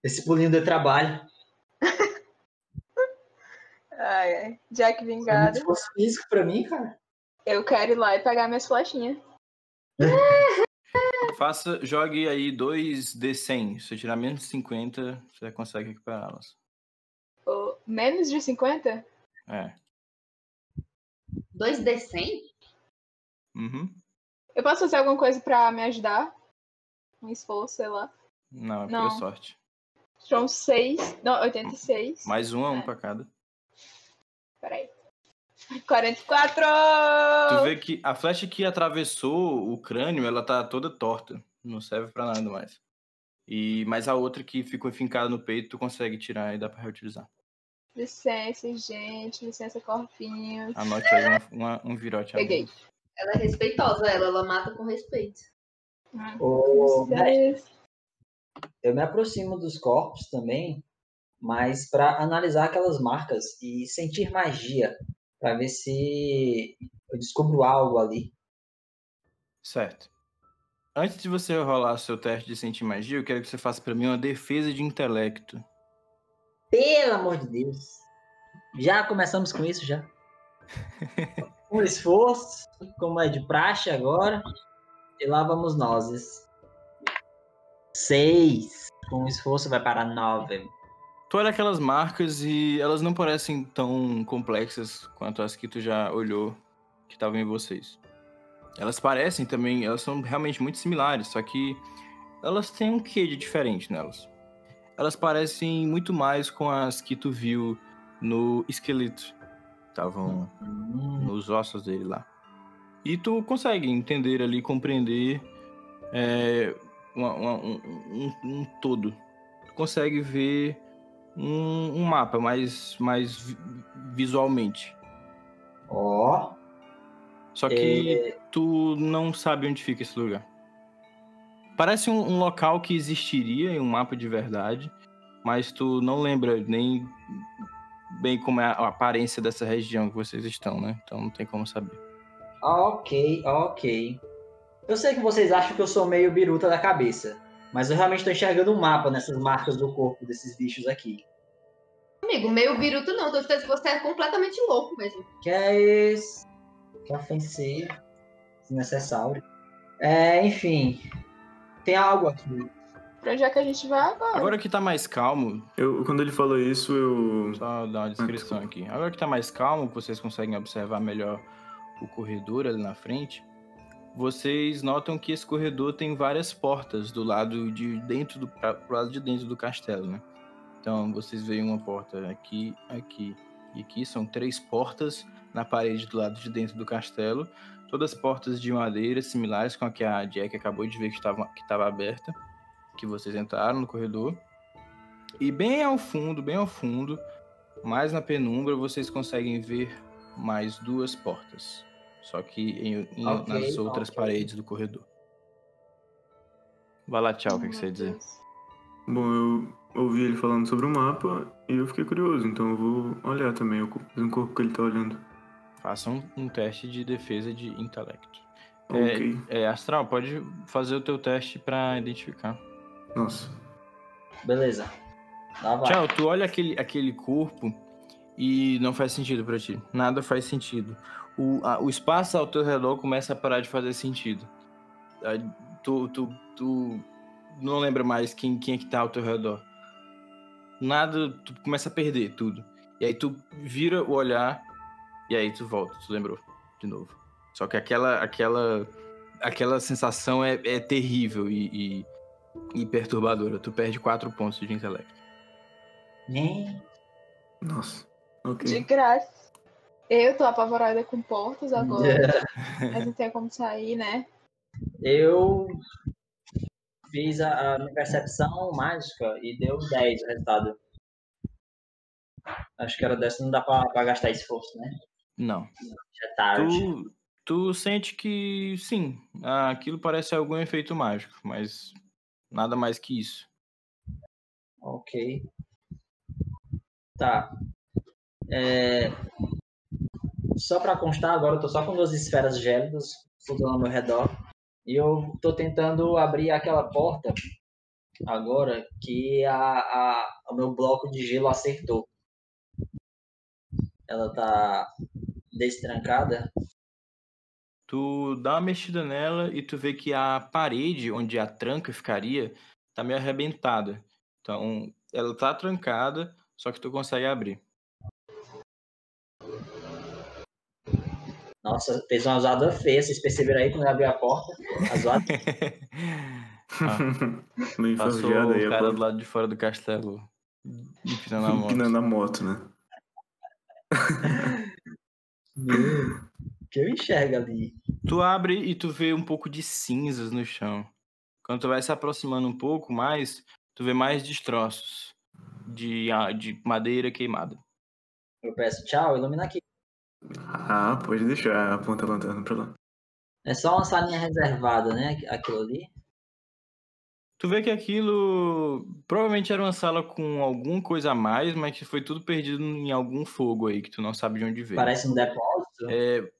A: Esse pulinho deu trabalho.
D: Ai, ai. Jack
A: Foi É muito
D: vingado.
A: esforço físico pra mim, cara.
D: Eu quero ir lá e pegar minhas flechinhas.
C: Faça, jogue aí 2D100. Se você tirar menos 50, você consegue recuperá-las.
D: Ô, menos de 50?
C: É.
E: 2D100?
C: Uhum.
D: Eu posso fazer alguma coisa pra me ajudar? Um esforço, sei lá.
C: Não, é
D: Não.
C: pura sorte.
D: São 6. Não, 86.
C: Mais um a
D: É.
C: um pra cada.
D: Peraí. 44!
C: Tu vê que a flecha que atravessou o crânio, ela tá toda torta. Não serve pra nada mais. E, mas a outra que ficou enfincada no peito, tu consegue tirar e dá pra reutilizar.
D: Licença, gente. Licença, corpinhos.
C: Anote aí uma- uma- um
B: Tá
C: virote. a menos.
D: Peguei.
E: Ela é respeitosa, ela, ela mata com respeito.
D: Hum,
A: Ô, mestre,
D: licença.
A: eu me aproximo dos corpos também, mas para analisar aquelas marcas e sentir magia, para ver se eu descubro algo ali.
C: Certo. Antes de você rolar seu teste de sentir magia, eu quero que você faça pra mim uma defesa de intelecto.
A: Pelo amor de Deus! Já começamos com isso
C: (laughs)
A: já. Um esforço, como é de praxe agora. E lá vamos nós. Seis. Com esforço vai para nove.
C: Tu olha aquelas marcas e elas não parecem tão complexas quanto as que tu já olhou que estavam em vocês. Elas parecem também, elas são realmente muito similares, só que elas têm um quê de diferente nelas. Elas parecem muito mais com as que tu viu no esqueleto. Estavam
A: Hum,
C: nos ossos dele lá. E tu consegue entender ali, compreender é, uma- uma- um, um- um todo. Tu consegue ver um, um mapa mais, mais vi- visualmente.
A: Ó.
C: Só que
A: é,
C: tu não sabe onde fica esse lugar. Parece um, um local que existiria em um mapa de verdade, mas tu não lembra nem bem como é a a aparência dessa região que vocês estão, né? Então não tem como saber.
A: Ok, ok. Eu sei que vocês acham que eu sou meio biruta da cabeça, mas eu realmente tô enxergando um mapa nessas marcas do corpo desses bichos aqui.
E: Amigo, meio viruto não, tô certeza que você é completamente louco mesmo.
A: Que é isso? Que é ofensivo. Desnecessário. É, enfim. Tem algo aqui.
D: Pra onde é que a gente vai agora?
C: Agora que tá mais calmo,
B: Eu, quando ele falou isso, eu.
C: só dar uma descrição aqui. Agora que tá mais calmo, que vocês conseguem observar melhor o corredor ali na frente, vocês notam que esse corredor tem várias portas do lado de dentro do pra- pro lado de dentro do castelo, né? Então vocês veem uma porta aqui, aqui e aqui são três portas na parede do lado de dentro do castelo, todas portas de madeira similares com a que a Jack acabou de ver que estava que estava aberta, que vocês entraram no corredor. E bem ao fundo, bem ao fundo, mais na penumbra, vocês conseguem ver mais duas portas. Só que em- em-
A: Ok,
C: nas outras
A: ok.
C: paredes do corredor. Vai lá, tchau, o que,
D: Ai,
C: que você ia
D: meu
C: dizer?
D: Deus.
B: Bom, eu ouvi ele falando sobre o mapa e eu fiquei curioso, então eu vou olhar também o corpo, o corpo que ele tá olhando.
C: Faça um, um teste de defesa de intelecto. É,
B: Ok.
C: É, Astral, pode fazer o teu teste pra identificar.
B: Nossa.
A: Beleza. Lá vai.
C: Tchau, tu olha aquele, aquele corpo e não faz sentido pra ti. Nada faz sentido. O, a- o espaço ao teu redor começa a parar de fazer sentido. Ah, Tu, tu, tu não lembra mais quem, quem é que tá ao teu redor. nada, tu começa a perder tudo. E aí tu vira o olhar e aí tu volta, tu lembrou de novo. Só que aquela aquela aquela sensação é, é terrível e, e, e perturbadora. Tu perde quatro pontos de intelecto.
A: Nem.
B: Nossa.
D: De
B: Ok.
D: graça. Eu tô apavorada com portas agora, mas não tem como sair, né?
A: Eu fiz a, a minha percepção mágica e deu 10 o resultado. Acho que era dessa, não dá pra, pra gastar esforço, né?
C: Não.
A: Já é tarde.
C: Tu, tu sente que sim, ah, aquilo parece algum efeito mágico, mas nada mais que isso.
A: Ok. Tá. É, Só pra constar, agora eu tô só com duas esferas gélidas flutuando ao meu redor. E eu tô tentando abrir aquela porta agora que a, a- o meu bloco de gelo acertou. Ela tá destrancada.
C: Tu dá uma mexida nela e tu vê que a parede onde a tranca ficaria tá meio arrebentada. Então, ela tá trancada, só que tu consegue abrir.
A: Nossa, fez uma zoada feia. Vocês perceberam aí quando eu abri a porta? A zoada.
B: (laughs) Meio
C: Passou
B: enferrujada aí
C: o
B: a
C: cara
B: porta.
C: do lado de fora do castelo. Empinando
B: (laughs)
C: a moto.
B: Empinando a moto, né?
A: que eu enxergo ali.
C: Tu abre e tu vê um pouco de cinzas no chão. Quando tu vai se aproximando um pouco mais, tu vê mais destroços de, ah, de madeira queimada.
A: Eu peço tchau, ilumina aqui.
B: Ah, pode deixar. Aponta a lanterna pra lá.
A: É só uma salinha reservada, né? Aquilo ali.
C: Tu vê que aquilo provavelmente era uma sala com alguma coisa a mais, mas que foi tudo perdido em algum fogo aí que tu não sabe de onde veio.
A: Parece um depósito.
C: É,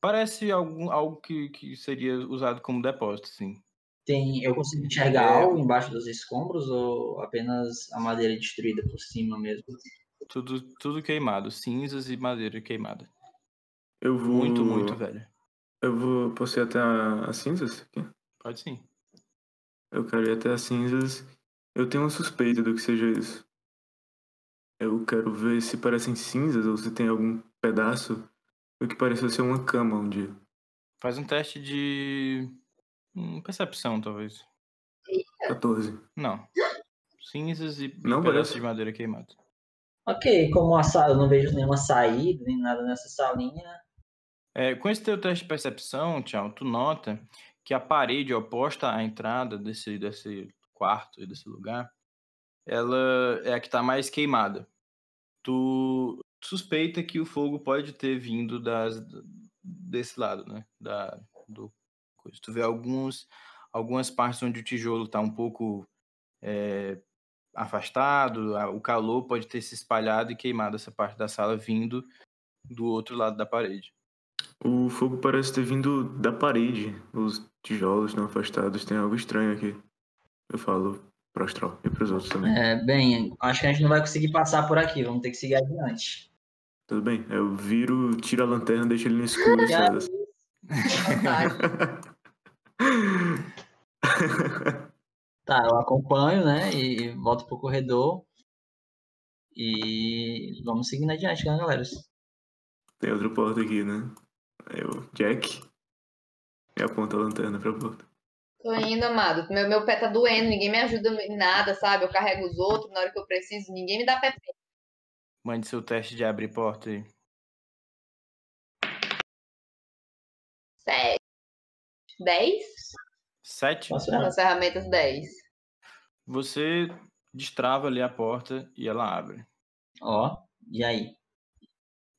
C: parece algum, algo que, que seria usado como depósito, sim.
A: Tem, eu consigo enxergar
C: É.
A: algo embaixo dos escombros ou apenas a madeira destruída por cima mesmo?
C: Tudo, tudo queimado, cinzas e madeira queimada.
B: Eu vou.
C: Muito,
B: Hum.
C: muito velho.
B: Eu vou. Posso ir até a- as cinzas? aqui?
C: Pode sim.
B: Eu quero ir até as cinzas. Eu tenho uma suspeita do que seja isso. Eu quero ver se parecem cinzas ou se tem algum pedaço do que pareceu ser uma cama um dia.
C: Faz um teste de. hum, percepção, talvez.
B: 14.
C: Não. Cinzas e
B: Não
C: pedaços
B: parece.
C: de madeira queimado.
A: Ok, como a sala, eu não vejo nenhuma saída, nem nada nessa salinha.
C: É, com esse teu teste de percepção, Tchau, tu nota que a parede oposta à entrada desse, desse quarto e desse lugar, ela é a que tá mais queimada. Tu suspeita que o fogo pode ter vindo das, desse lado, né? Da, do, coisa. Tu vê alguns, algumas partes onde o tijolo tá um pouco é, afastado, a- o calor pode ter se espalhado e queimado essa parte da sala vindo do outro lado da parede.
B: O fogo parece ter vindo da parede. Os tijolos estão afastados. Tem algo estranho aqui. Eu falo pro astral e pros outros também.
A: É, bem, acho que a gente não vai conseguir passar por aqui, vamos ter que seguir adiante.
B: Tudo bem. Eu viro, tiro a lanterna, deixo ele no escuro.
A: (laughs) Já-
B: sabe? (laughs)
E: Fantástico.
A: Tá, eu acompanho, né? E volto pro corredor. E vamos seguindo adiante, né, galera?
B: Tem outra porta aqui, né? Eu, Jack. E aponta a lanterna pra porta.
E: Tô indo, amado. Meu, meu pé tá doendo, ninguém me ajuda em nada, sabe? Eu carrego os outros na hora que eu preciso, ninguém me dá pé.
C: Mande seu teste de abrir porta aí.
E: Sete. Dez?
C: Sete.
A: Posso
E: Nas ferramentas, dez.
C: Você destrava ali a porta e ela abre.
A: Ó, e aí?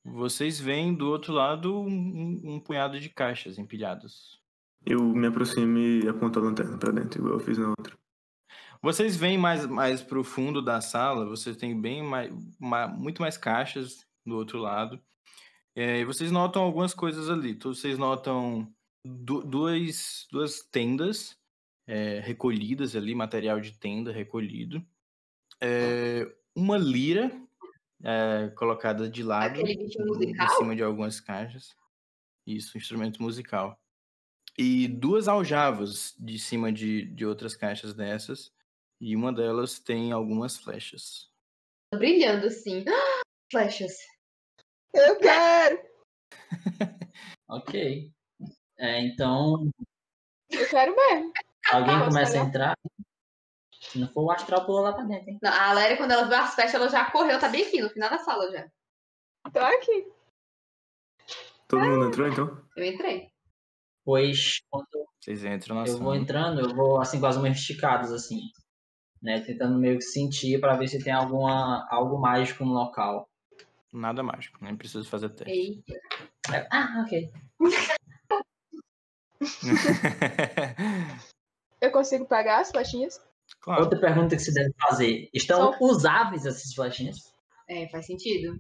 C: Vocês veem do outro lado um, um punhado de caixas empilhadas.
B: Eu me aproximo e aponto a lanterna pra dentro, igual eu fiz na outra.
C: Vocês veem mais mais pro fundo da sala. Você tem bem mais, ma- muito mais caixas do outro lado. É, e vocês notam algumas coisas ali. Então, vocês notam du- duas duas tendas é, recolhidas ali, material de tenda recolhido. É, uma lira é, colocada de
B: Tá
C: lado
E: Aquele bicho
C: em
E: musical?
C: cima de algumas caixas. Isso, um instrumento musical. E duas aljavas de cima de, de outras caixas dessas. E uma delas tem algumas flechas.
E: Tá brilhando assim. (gasps) Flechas.
D: Eu quero!
A: Ok. É, então,
D: Eu quero mesmo.
A: alguém
D: Nossa,
A: começa a
D: né?
A: entrar. Se não for o astral, pula lá pra dentro, hein?
E: Não, a Aléria, quando ela viu as flechas, ela já correu, tá bem aqui, no final da sala já.
D: Tô aqui.
B: Todo mundo entrou então?
E: Eu entrei.
A: Pois, quando
C: Vocês entram na
A: eu vou
C: sala.
A: entrando, eu vou, assim, com as mãos esticadas, assim. Né? Tentando meio que sentir pra ver se tem alguma, algo mágico no local.
C: Nada mágico, nem preciso fazer teste.
E: Ei.
A: Aí eu, Ah, ok.
D: Eu consigo pegar as flechinhas?
C: claro.
A: Outra pergunta que se deve fazer. Estão usáveis essas flechinhas?
E: É, faz sentido.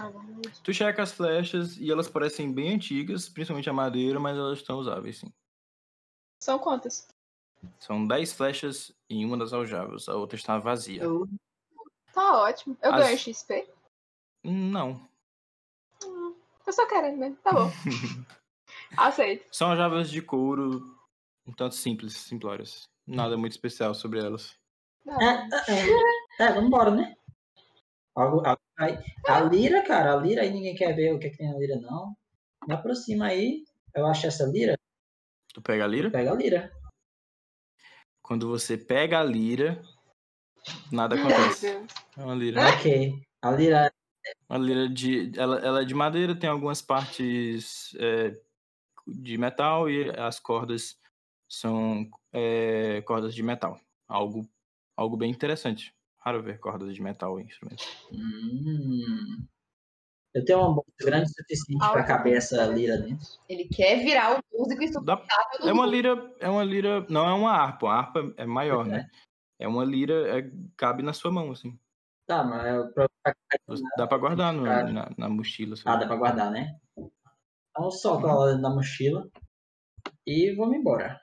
D: Ah, verdade.
C: Tu checa as flechas e elas parecem bem antigas, principalmente a madeira, mas elas estão usáveis, sim.
D: São quantas?
C: São 10 flechas em uma das aljavas, a outra está vazia.
E: Eu-
D: Tá ótimo. Eu
C: As-
D: ganho XP.
C: Não.
D: Eu só querendo mesmo. Tá
C: (laughs)
D: bom. Aceito.
C: São aljavas de couro, um tanto simples, simplórias. Nada muito especial sobre elas.
D: Dá.
A: É, é, é. é vambora, né? Algo, algo aí. A lira, cara, a lira aí ninguém quer ver o que, é que tem na lira, não. Me aproxima aí. Eu acho essa lira.
C: Tu pega a lira?
A: Pega a lira.
C: Quando você pega a lira, nada
D: Meu (laughs)
C: acontece.
D: Deus.
C: É uma lira.
A: Ok. A lira
C: Uma lira de. Ela, ela é de madeira, tem algumas partes é, de metal e as cordas são é, cordas de metal. Algo, algo bem interessante. Raro ver cordas de metal em instrumentos.
A: Hum. Eu tenho uma bolsa grande o suficiente para
D: Algo
A: caber
D: bem
A: essa lira dentro.
E: Ele quer virar o músico insuportável
C: Dá-
E: do
C: é uma
E: mundo.
C: lira. É uma lira. Não é uma harpa. A harpa é maior, né? É uma lira, é- cabe na sua mão, assim.
A: Tá, mas eu- pra- pra-
C: Você- Dá pra guardar no-
A: Claro.
C: na, na mochila. assim. sei
A: ah,
C: lá.
A: dá pra guardar, né? Então eu solto ela na mochila e vamos embora.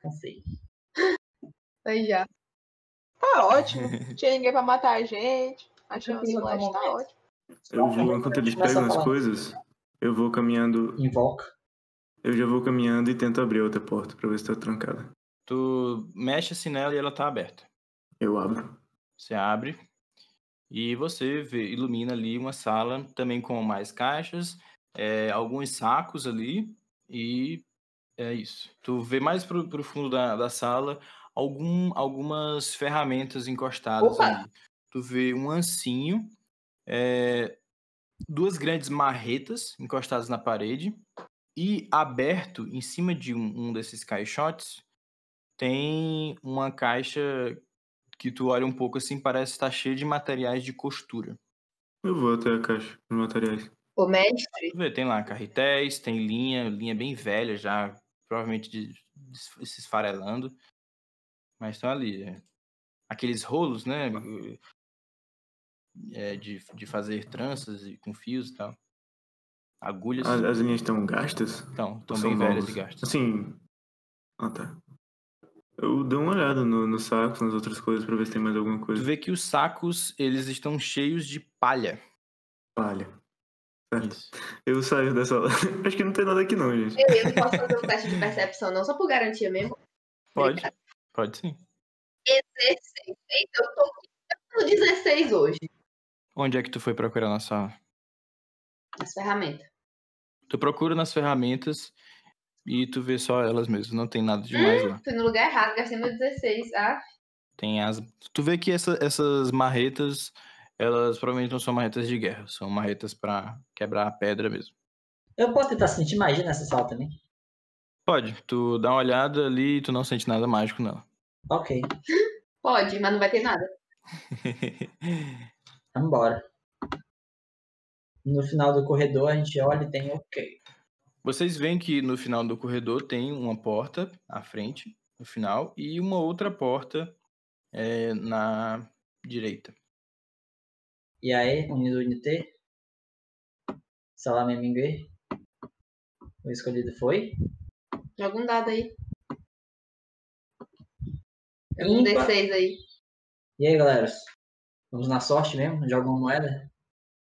A: Cansei.
E: Aí já.
D: (laughs) Tá ótimo. Não Tinha ninguém pra matar a gente. Achamos
A: Tranquilo, tá
D: flash, tá
A: bom.
D: ótimo.
B: Eu vou, um enquanto eles
A: Começa a
B: pegam as
A: falar.
B: coisas, eu vou caminhando.
A: Invoca.
B: Eu já vou caminhando e tento abrir a outra porta pra ver se tá trancada.
C: Tu mexe assim nela e ela tá aberta.
B: Eu abro.
C: Você abre e você vê, ilumina ali uma sala também com mais caixas, eh, alguns sacos ali e é isso. Tu vê mais pro, pro fundo da, da sala algum, algumas ferramentas encostadas
E: Opa!
C: ali. Tu vê um ancinho, eh, duas grandes marretas encostadas na parede e aberto em cima de um, um desses caixotes tem uma caixa que tu olha um pouco assim, parece estar cheio de materiais de costura.
B: Eu vou até a caixa de materiais.
E: Ô, mestre,
C: Tu vê, tem lá carretéis, tem linha, linha bem velha já, provavelmente de- de- se esfarelando. Mas estão ali. é. Aqueles rolos, né? é, de, de fazer tranças e com fios e tal. Agulhas.
B: As, as linhas estão gastas?
C: Então,
B: Ou
C: estão bem velhas
B: novas?
C: e gastas.
B: Assim. Ah, tá. Eu dou uma olhada no, no saco, nas outras coisas, pra ver se tem mais alguma
C: Tu
B: coisa.
C: vê que os sacos, eles estão cheios de palha.
B: Palha.
C: Isso.
B: Eu saio dessa. (laughs) Acho que não tem nada aqui, não, gente.
E: eu não posso fazer um teste de percepção, não, só por garantia mesmo.
C: Pode? Pode sim.
E: 16. Então, eu tô no 16 hoje.
C: Onde é que tu foi procurar nossa
E: As ferramentas.
C: Tu procura nas ferramentas e tu vê só elas mesmo, não tem nada demais lá.
E: Fui no lugar errado, gastei meu 16. Ah,
C: Tem as. Tu vê que essa- essas marretas, elas provavelmente não são marretas de guerra, são marretas pra quebrar a pedra mesmo.
A: Eu posso tentar sentir magia nessa sala também?
C: Pode, tu dá uma olhada ali e tu não sente nada mágico nela.
A: Ok,
E: pode, mas não vai ter nada.
A: vambora. No final do corredor a gente olha e tem ok.
C: Vocês veem que no final do corredor tem uma porta à frente, no final, e uma outra porta eh, na direita.
A: E aí, unido UNT? Salame Mingue? O escolhido foi?
E: Joga um dado aí. Joga um
A: Ímpar.
E: D6 aí.
A: E aí, galera? Vamos na sorte mesmo? Joga uma moeda?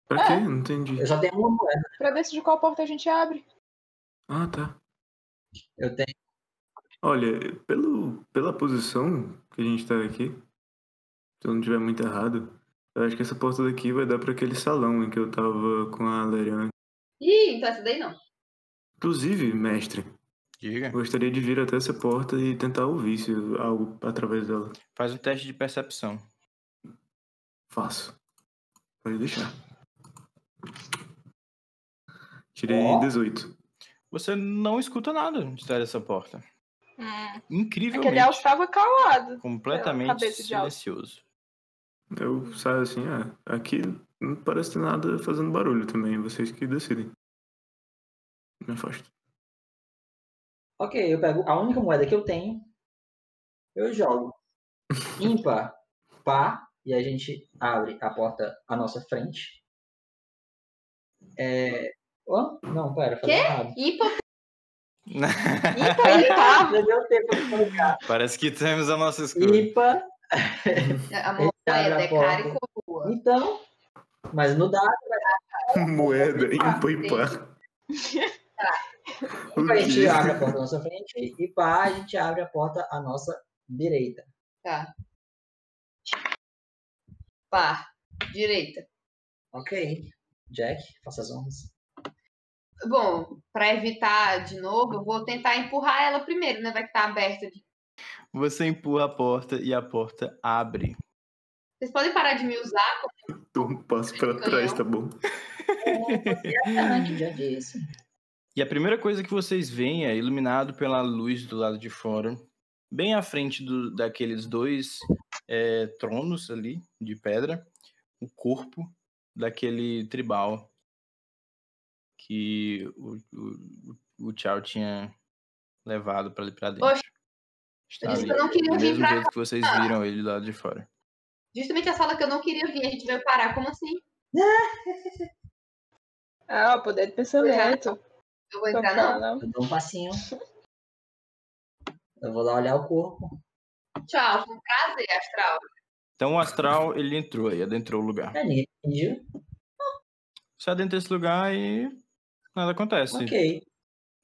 B: Pra quê? Não entendi.
A: Eu só tenho uma moeda.
D: Pra decidir qual porta a gente abre.
B: Ah, tá.
A: Eu tenho
B: Olha, pelo, pela posição que a gente tá aqui, se eu não tiver muito errado, eu acho que essa porta daqui vai dar pra aquele salão em que eu tava com a Larian.
E: Ih, então essa daí
C: (laughs)
E: não.
B: Inclusive, mestre,
C: Diga.
B: gostaria de vir até essa porta e tentar ouvir se algo através dela.
C: Faz um teste de percepção.
B: Faço. Pode deixar. Tirei
A: Ó.
B: 18.
C: Você não escuta nada de trás dessa porta.
D: Hum. Aquele elfo
C: Incrivelmente.
D: tava calado.
C: Completamente
D: Cabeça de alto.
C: silencioso.
B: Eu saio assim, ah, aqui não parece ter nada fazendo barulho também, vocês que decidem. Me afasto.
A: Ok, eu pego a única moeda que eu tenho, eu jogo. Ímpar, pá, e a gente abre a porta à nossa frente. É... Hã? não, pera, falei
E: Quê?
A: errado.
E: Ímpar.
D: Então ele
E: tá.
D: tava.
A: Já deu tempo de colocar.
C: Parece que temos a nossa escolha.
A: Ímpar,
E: Amor,
A: abre a
E: moeda, é
A: porta.
E: cara e coroa.
A: então, mas no dado,
B: (laughs) Moeda em
E: empoipar.
B: Um
A: a
C: Uhum.
A: gente abre a porta à nossa frente e pá, a gente abre a porta à nossa direita.
E: Tá. Par. Direita.
A: Ok, Jack, faça as honras.
E: Bom, pra evitar de novo, eu vou tentar empurrar ela primeiro, né? Vai que tá aberta.
C: Você empurra a porta e a porta abre.
E: Vocês podem parar de me usar?
B: Dou um passo pra trás, tá bom?
A: Jack, já disse.
C: E a primeira coisa que vocês veem é iluminado pela luz do lado de fora, bem à frente do- daqueles dois eh, tronos ali de pedra, o corpo daquele tribal que o, o, o Tchau tinha levado para ali para dentro.
E: Oxe,
C: Está
E: eu disse
C: Tá ali,
E: que eu não queria
C: do
E: vir
C: mesmo
E: pra
C: jeito que vocês viram ele do lado de fora.
E: Justamente a sala que eu não queria vir, a gente veio parar. Como assim?
D: Ah, o poder de pensamento.
E: Eu vou
D: Tô
E: entrar, não?
D: falando.
A: Eu dou um passinho. Eu vou lá olhar o corpo.
E: Tchau, foi um prazer, Astral.
C: Então o astral ele entrou aí, adentrou o lugar.
A: É, ninguém pediu.
C: Você adentra esse lugar e nada acontece.
A: Ok.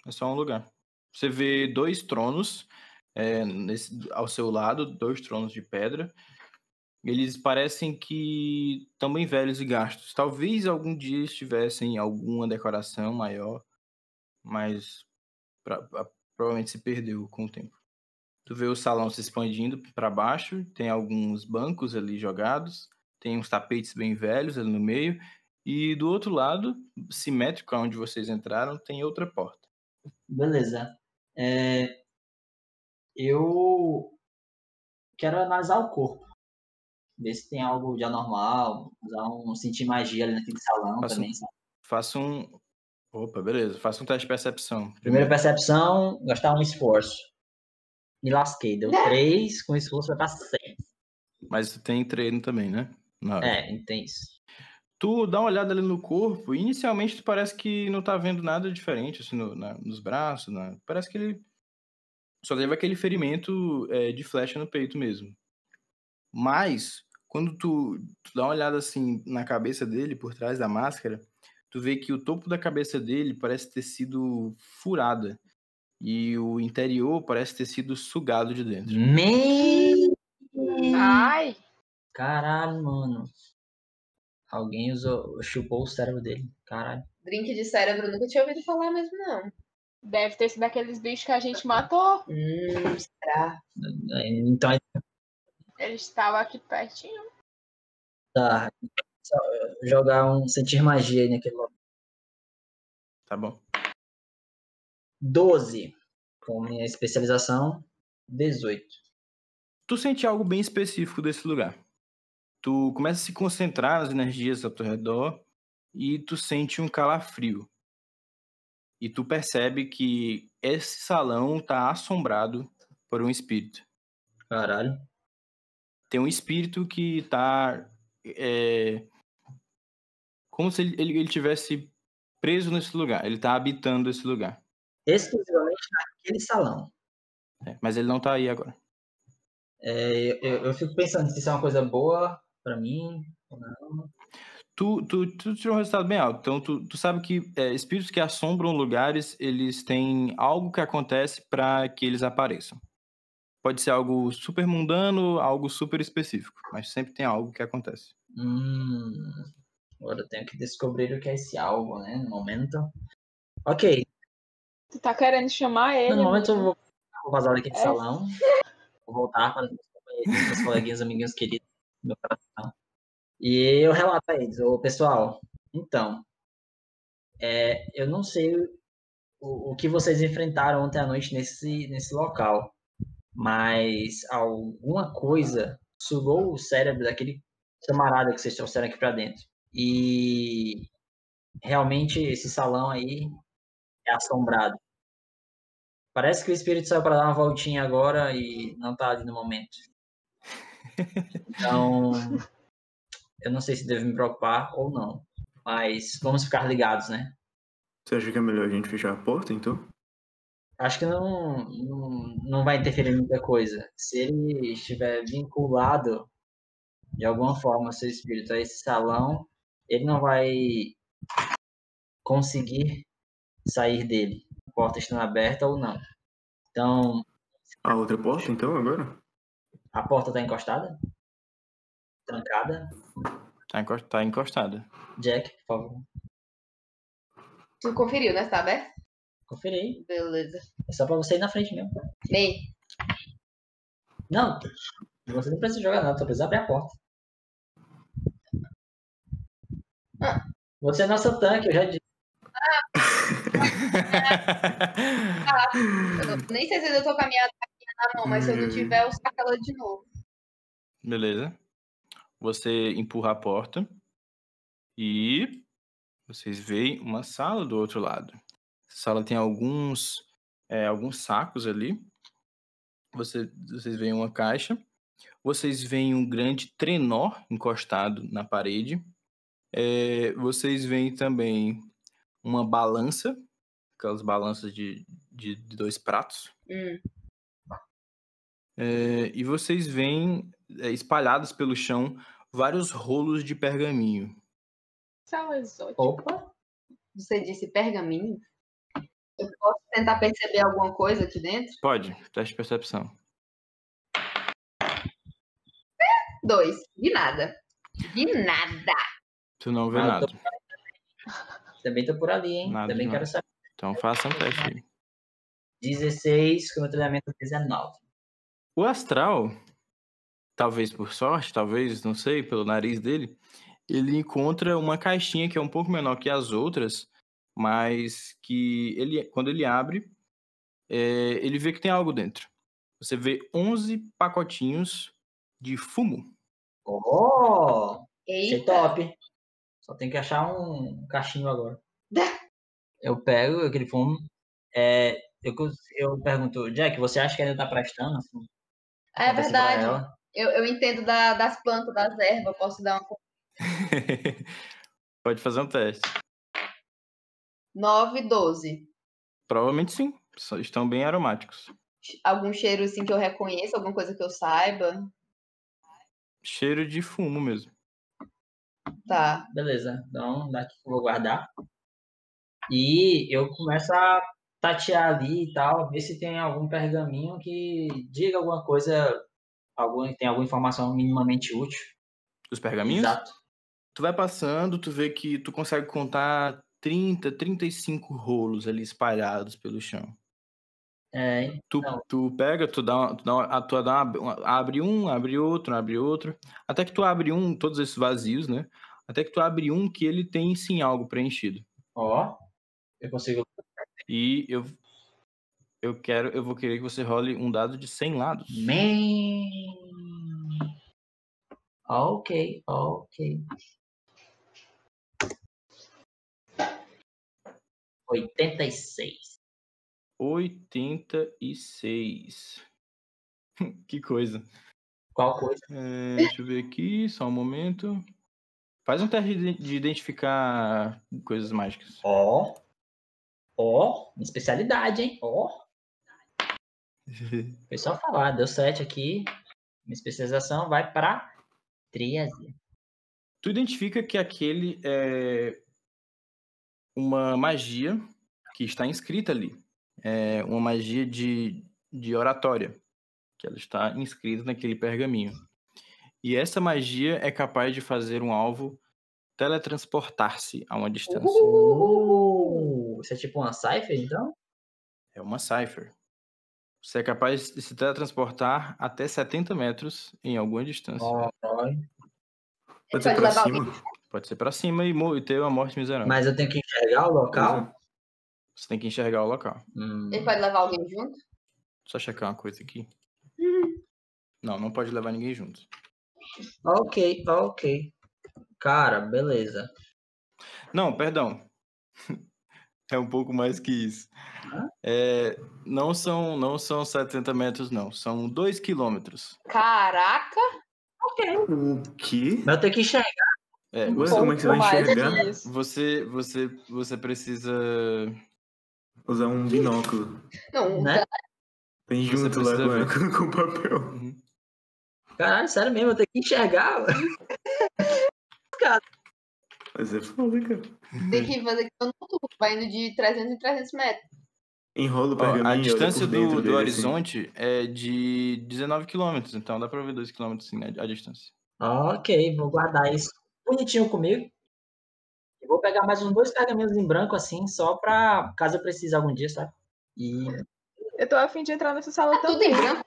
C: É só um lugar. Você vê dois tronos é, nesse- ao seu lado, dois tronos de pedra. Eles parecem que estão bem velhos e gastos. Talvez algum dia estivessem alguma decoração maior, mas pra- a- provavelmente se perdeu com o tempo. Tu vê o salão se expandindo para baixo, tem alguns bancos ali jogados, tem uns tapetes bem velhos ali no meio, e do outro lado, simétrico aonde vocês entraram, tem outra porta.
A: Beleza. É, eu quero analisar o corpo. Ver se tem algo de anormal. Usar um, sentir magia ali naquele salão
C: Faça um-
A: também. sabe?
C: Faça um. Opa, beleza. Faça um teste de percepção.
A: Primeira percepção, gastar um esforço. Me lasquei. Deu três com esforço vai pra seis.
C: Mas tu tem treino também, né? Não.
A: É, intenso.
C: Tu dá uma olhada ali no corpo e inicialmente tu parece que não tá vendo nada diferente, assim, no- na- nos braços, né? Parece que ele só teve aquele ferimento é, de flecha no peito mesmo. Mas, quando tu, tu dá uma olhada, assim, na cabeça dele, por trás da máscara, tu vê que o topo da cabeça dele parece ter sido furada. E o interior parece ter sido sugado de dentro.
A: Me...
D: Ai,
A: Caralho, mano. Alguém usou, chupou o cérebro dele. Caralho.
E: Drink de cérebro, nunca tinha ouvido falar mesmo, não.
D: deve ter sido aqueles bichos que a gente matou.
E: Hum, será?
A: Então
D: Ele estava aqui pertinho.
A: Tá. Só, eh, Jogar um sentir magia aí naquele local.
C: Tá bom.
A: 12. Com minha especialização, 18.
C: tu sente algo bem específico desse lugar. Tu começa a se concentrar nas energias ao teu redor e tu sente um calafrio. E tu percebe que esse salão tá assombrado por um espírito.
A: Caralho.
C: Tem um espírito que tá. é, como se ele, ele, ele tivesse preso nesse lugar. Ele tá habitando esse lugar.
A: Exclusivamente naquele salão.
C: né? Mas ele não tá aí agora.
A: é Eh, eu, eu- eu fico pensando se isso é uma coisa boa pra mim. ou não.
C: Tu tu, tu, tu tirou um resultado bem alto. Então, tu, tu sabe que é, espíritos que assombram lugares, eles têm algo que acontece para que eles apareçam. Pode ser algo super mundano, algo super específico, mas sempre tem algo que acontece.
A: Hum, agora eu tenho que descobrir o que é esse algo, né? No momento. Ok.
D: Tu tá querendo chamar ele?
A: No momento eu vou, vou vazar daqui do salão. Vou voltar para os meus coleguinhas, amiguinhos queridos do meu coração. E eu relato a eles, ô pessoal, então. é, eu não sei o, o que vocês enfrentaram ontem à noite nesse, nesse local. Mas alguma coisa sugou o cérebro daquele camarada que vocês trouxeram aqui para dentro. E realmente esse salão aí é assombrado. Parece que o espírito saiu para dar uma voltinha agora e não tá ali no momento. Então, eu não sei se devo me preocupar ou não. Mas vamos ficar ligados, né?
B: Você acha que é melhor a gente fechar a porta, então?
A: Acho que não, não, não vai interferir em muita coisa. Se ele estiver vinculado de alguma forma seu espírito a esse salão, ele não vai conseguir sair dele, a porta estando aberta ou não. Então,
B: A outra porta, então, agora?
A: a porta está encostada? Trancada?
C: Tá encos- Tá encostada.
A: Jack, por favor.
E: Tu conferiu, né? Tá aberto?
A: Confere aí.
E: Beleza.
A: É só pra você ir na frente mesmo.
E: Bem,
A: Não, você não precisa jogar nada, só precisa abrir a porta. Ah, Você é nosso tanque, eu já disse.
E: eu nem sei se eu tô com a minha taquinha na mão, mas se eu não tiver, eu saco ela de novo.
C: Beleza. Você empurra a porta e vocês veem uma sala do outro lado. Essa sala tem alguns é, alguns sacos ali. Você, vocês veem uma caixa. Vocês veem um grande trenó encostado na parede. É, vocês veem também uma balança, aquelas balanças de, de, de dois pratos.
E: Hum.
C: É, e vocês veem é, espalhados pelo chão vários rolos de pergaminho.
D: Sala exótica. Um
A: Opa,
E: Você disse pergaminho? Eu posso tentar perceber alguma coisa aqui dentro?
C: Pode, teste de percepção.
E: Dois. De nada. De nada.
C: Tu não vê
A: Ah,
C: nada.
A: também tô por ali, hein?
C: Nada
A: também
C: demais.
A: quero saber.
C: Então faça um teste. aí.
A: 16 com meu treinamento 19.
C: O astral, talvez por sorte, talvez, não sei, pelo nariz dele, ele encontra uma caixinha que é um pouco menor que as outras, mas que ele, quando ele abre, é, ele vê que tem algo dentro. Você vê 11 pacotinhos de fumo. (laughs)
A: Oh, achei
E: Eita.
A: top. Só tem que achar um cachinho agora. Eu pego aquele fumo. é, eu, cons- eu pergunto, Jack, você acha que ainda tá prestando? Assim,
E: É
A: Acontece pra
E: verdade.
A: ela?
E: Eu, eu entendo da- das plantas, das ervas. eu Posso dar um uma.
C: Pode fazer um teste.
E: 9, 12.
C: Provavelmente sim. Só- Estão bem aromáticos.
E: Algum cheiro assim que eu reconheça, alguma coisa que eu saiba.
C: Cheiro de fumo mesmo.
E: Tá.
A: Beleza, então daqui que eu vou guardar. E eu começo a tatear ali e tal, ver se tem algum pergaminho que diga alguma coisa, algum, tem alguma informação minimamente útil.
C: Os pergaminhos?
A: Exato.
C: Tu vai passando, tu vê que tu consegue contar 30, 35 rolos ali espalhados pelo chão.
A: É,
C: Tu,
A: Não.
C: tu pega, tu dá, uma- tu dá, uma- a- tu dá uma- uma- abre um, abre outro, abre outro, até que tu abre um, todos esses vazios, né? Até que tu abre um que ele tem sim algo preenchido.
A: ó, eu consigo.
C: E eu eu quero, eu vou querer que você role um dado de 100 lados.
A: Man. Ok, ok. 86.
C: 86. (laughs) que coisa.
A: Qual coisa?
C: (laughs) É, deixa eu ver aqui, só um momento. Faz um teste de de identificar coisas (laughs) mágicas.
A: Ó, ó, minha especialidade, hein? Ó. Foi só falar, deu 7 aqui. Minha especialização vai pra triase.
C: Tu identifica que aquele é uma magia que está inscrita ali. É uma magia de, de oratória, que ela está inscrita naquele pergaminho. E essa magia é capaz de fazer um alvo teletransportar-se a uma distância.
A: Uh, isso é tipo uma cipher, então?
C: É uma cipher. Você é capaz de se teletransportar até 70 metros em alguma distância.
A: Caralho.
B: Pode
E: Pode
B: ser pra
E: levar
B: cima?
C: Pode ser pra cima e, mo- e ter uma morte miserável.
A: Mas eu tenho que enxergar o local?
C: Você tem que enxergar o local.
A: Hum,
E: Ele pode levar alguém junto?
C: Só checar uma coisa aqui. Não, não pode levar ninguém junto.
A: ok, ok. Cara, beleza.
C: Não, perdão. (laughs) É um pouco mais que isso. É, não, são, não são 70 metros, não. São 2 quilômetros.
E: Caraca!
B: O quê?
A: Mas eu tenho que enxergar.
C: É,
D: Hum.
B: Ué,
C: você,
B: como é que você vai
D: mais
B: enxergar?
D: que isso.
C: você, você, você precisa.
B: Usar um binóculo.
E: Não,
A: Né?
B: Tem
C: Você
B: junto lá
C: precisa
B: com, a- (laughs) com o papel.
A: Caralho, sério mesmo, eu tenho que enxergar. (laughs)
B: Mas é foda, cara.
E: tem que fazer que todo mundo vai indo de 300 em 300 metros.
B: Enrola o
C: Ó,
B: pergaminho.
C: a
B: olha por
C: distância
B: dentro
C: do,
B: dele,
C: do
B: assim.
C: horizonte é de 19 quilômetros, então dá pra ver 2 quilômetros sim, a, a distância.
A: ok, vou guardar isso bonitinho comigo. E vou pegar mais uns dois pergaminhos em branco, assim, só pra caso eu precise algum dia, sabe? E
D: Eu tô afim de entrar nessa sala
E: Tá tudo
D: também.
E: em branco.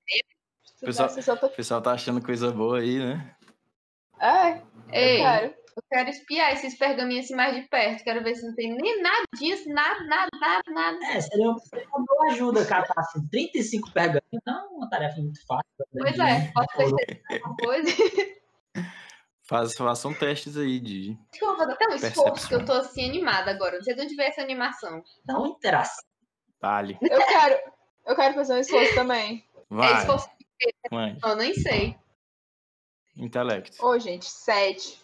D: Estudar
C: Pessoal-
D: essa sala-
C: O pessoal tá achando coisa boa aí, né?
D: É,
E: Ei,
D: claro.
E: eu quero espiar esses pergaminhos assim mais de perto. Quero ver se não tem nem nadinha, assim, nada, nada, nada, nada.
A: é, seria uma, seria uma boa ajuda, cara. tá, Assim, 35 pergaminhos não é uma tarefa muito fácil.
E: Pois
A: né?
E: é, posso perceber alguma
C: (laughs)
E: coisa.
C: Faz, façam testes aí de.
E: Acho que eu vou fazer até um esforço,
C: Percepção.
E: que eu tô assim animada agora. Não sei de onde veio essa animação.
A: Não interação.
C: Dale.
D: Eu quero, eu quero fazer um esforço também.
E: É
C: Vai,
E: esforço,
C: mãe.
E: eu nem sei. (laughs)
C: Intelecto.
D: Ô, gente, sete.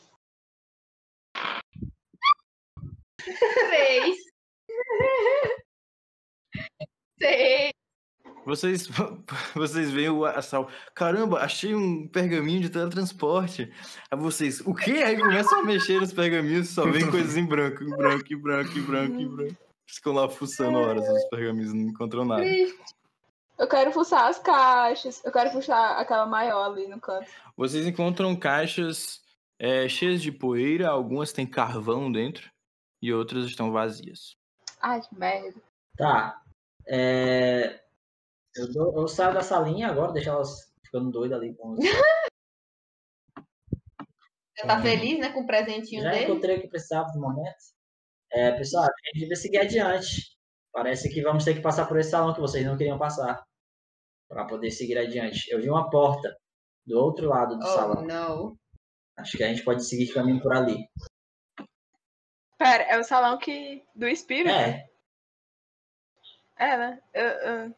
E: Três. (laughs) Sei.
C: Vocês, (laughs) vocês veem o assal. Caramba, achei um pergaminho de teletransporte. Aí vocês, o quê? Aí começam a mexer nos pergaminhos só vem coisas em branco, em branco, em branco, em branco, em branco. Eles Ficam lá fuçando horas os pergaminhos, não encontram nada.
D: Eu quero fuçar as caixas. Eu quero puxar aquela maior ali no canto.
C: Vocês encontram caixas eh, cheias de poeira, algumas têm carvão dentro e outras estão vazias.
D: Ai, que merda.
A: Tá. É, Eu, dou- eu saio da salinha agora, deixar elas ficando doidas ali com os.
E: Já tá feliz, né, com o presentinho
A: Já é
E: dele?
A: encontrei o que precisava no momento. É, pessoal, a gente deve seguir adiante. Parece que vamos ter que passar por esse salão que vocês não queriam passar. Pra poder seguir adiante. Eu vi uma porta do outro lado do
E: Oh,
A: salão.
E: não.
A: Acho que a gente pode seguir caminho por ali.
D: Pera, é o salão que. do espírito?
A: É,
D: É, né? Eu, eu-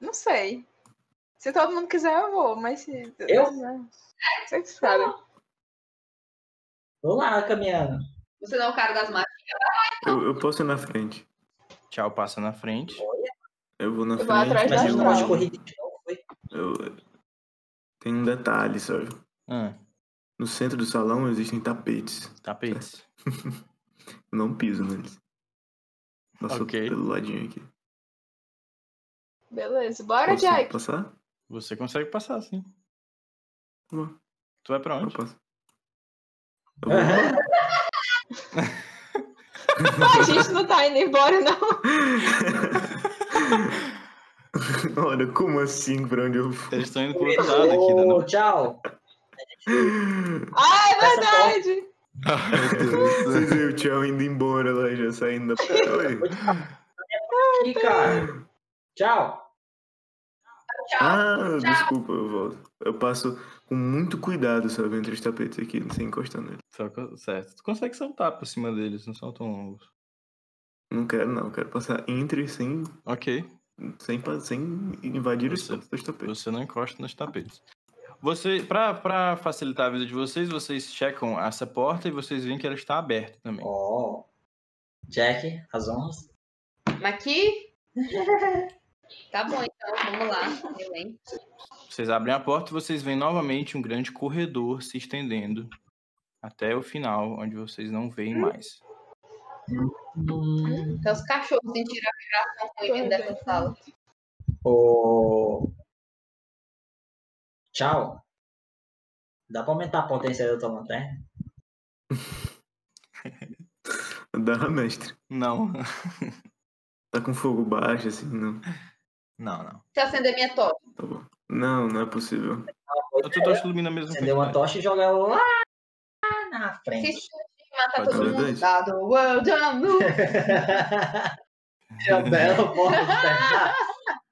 D: Não sei. Se todo mundo quiser, eu vou, mas se.
A: Eu?
D: Não. Você que sabe.
A: vou lá caminhando.
E: Você não é o cara das máquinas.
B: Eu, eu posso ir na frente.
C: Tchau passa na frente.
B: Eu vou na
D: Eu vou
B: frente.
D: atrás
A: Mas
D: da
B: eu-
A: eu não gosto
D: astral.
A: de corrida de novo, foi?
B: eu- Tem um detalhe, sabe?
C: Ah,
B: No centro do salão existem tapetes.
C: tapetes.
B: Não piso neles. Passou
C: Ok.
B: pelo ladinho aqui.
D: Beleza, bora,
B: Posso
D: Jack.
B: passar?
C: Você consegue passar, sim.
B: Bom.
C: Tu vai pra
B: Eu (laughs)
C: onde?
B: passo. Eu (laughs) vou-
D: A gente não tá indo embora, não.
B: Olha, como assim pra onde eu fui?
C: Eles estão indo pro outro lado tá aqui né, da
A: Ô, Tchau.
D: Ah, (laughs) é
A: Essa
D: verdade!
C: né,
B: (laughs) Vocês viram o tchau indo embora lá, já saindo da.
D: (laughs)
B: Oi.
A: Aqui, cara. Tchau.
E: Tchau.
B: Ah, desculpa, eu volto. Eu passo com muito cuidado, sabe, entre os tapetes aqui, sem encostar nele.
C: Só que- Certo. Tu consegue saltar por cima deles, não são tão longos.
B: Não quero, não. Quero passar entre sem,
C: Ok.
B: sem, pa- sem invadir o
C: Você-
B: espaço dos tapetes.
C: Você não encosta nos tapetes. Você, pra, pra facilitar a vida de vocês, vocês checam essa porta e vocês veem que ela está aberta também.
A: Ó. Jack, as honras.
E: Mas que? tá bom, então. Vamos lá. Belém.
C: Vocês abrem a porta e vocês veem novamente um grande corredor se estendendo até o final, onde vocês não veem mais.
A: Hum,
E: Até os cachorros sentiram a vibração
A: é
E: ruim
D: é.
E: dentro dessa sala.
A: o- Tchau. Dá pra aumentar a potência da tua tá? lanterna?
B: Dá, mestre.
C: Não, (laughs)
B: Tá com fogo baixo, assim, não.
C: não, não.
E: Se eu acender minha tocha.
B: Tá bom. Não, não é possível.
C: Eu tô tocha ilumina a mesma
A: Acender uma
C: quantidade.
A: tocha e jogar ela lá na
E: Se
A: frente.
E: explodir, matar
C: Pode
E: todo
B: ser
E: mundo.
B: dois.
E: Dado world on move.
A: Já bela forma é de terminar.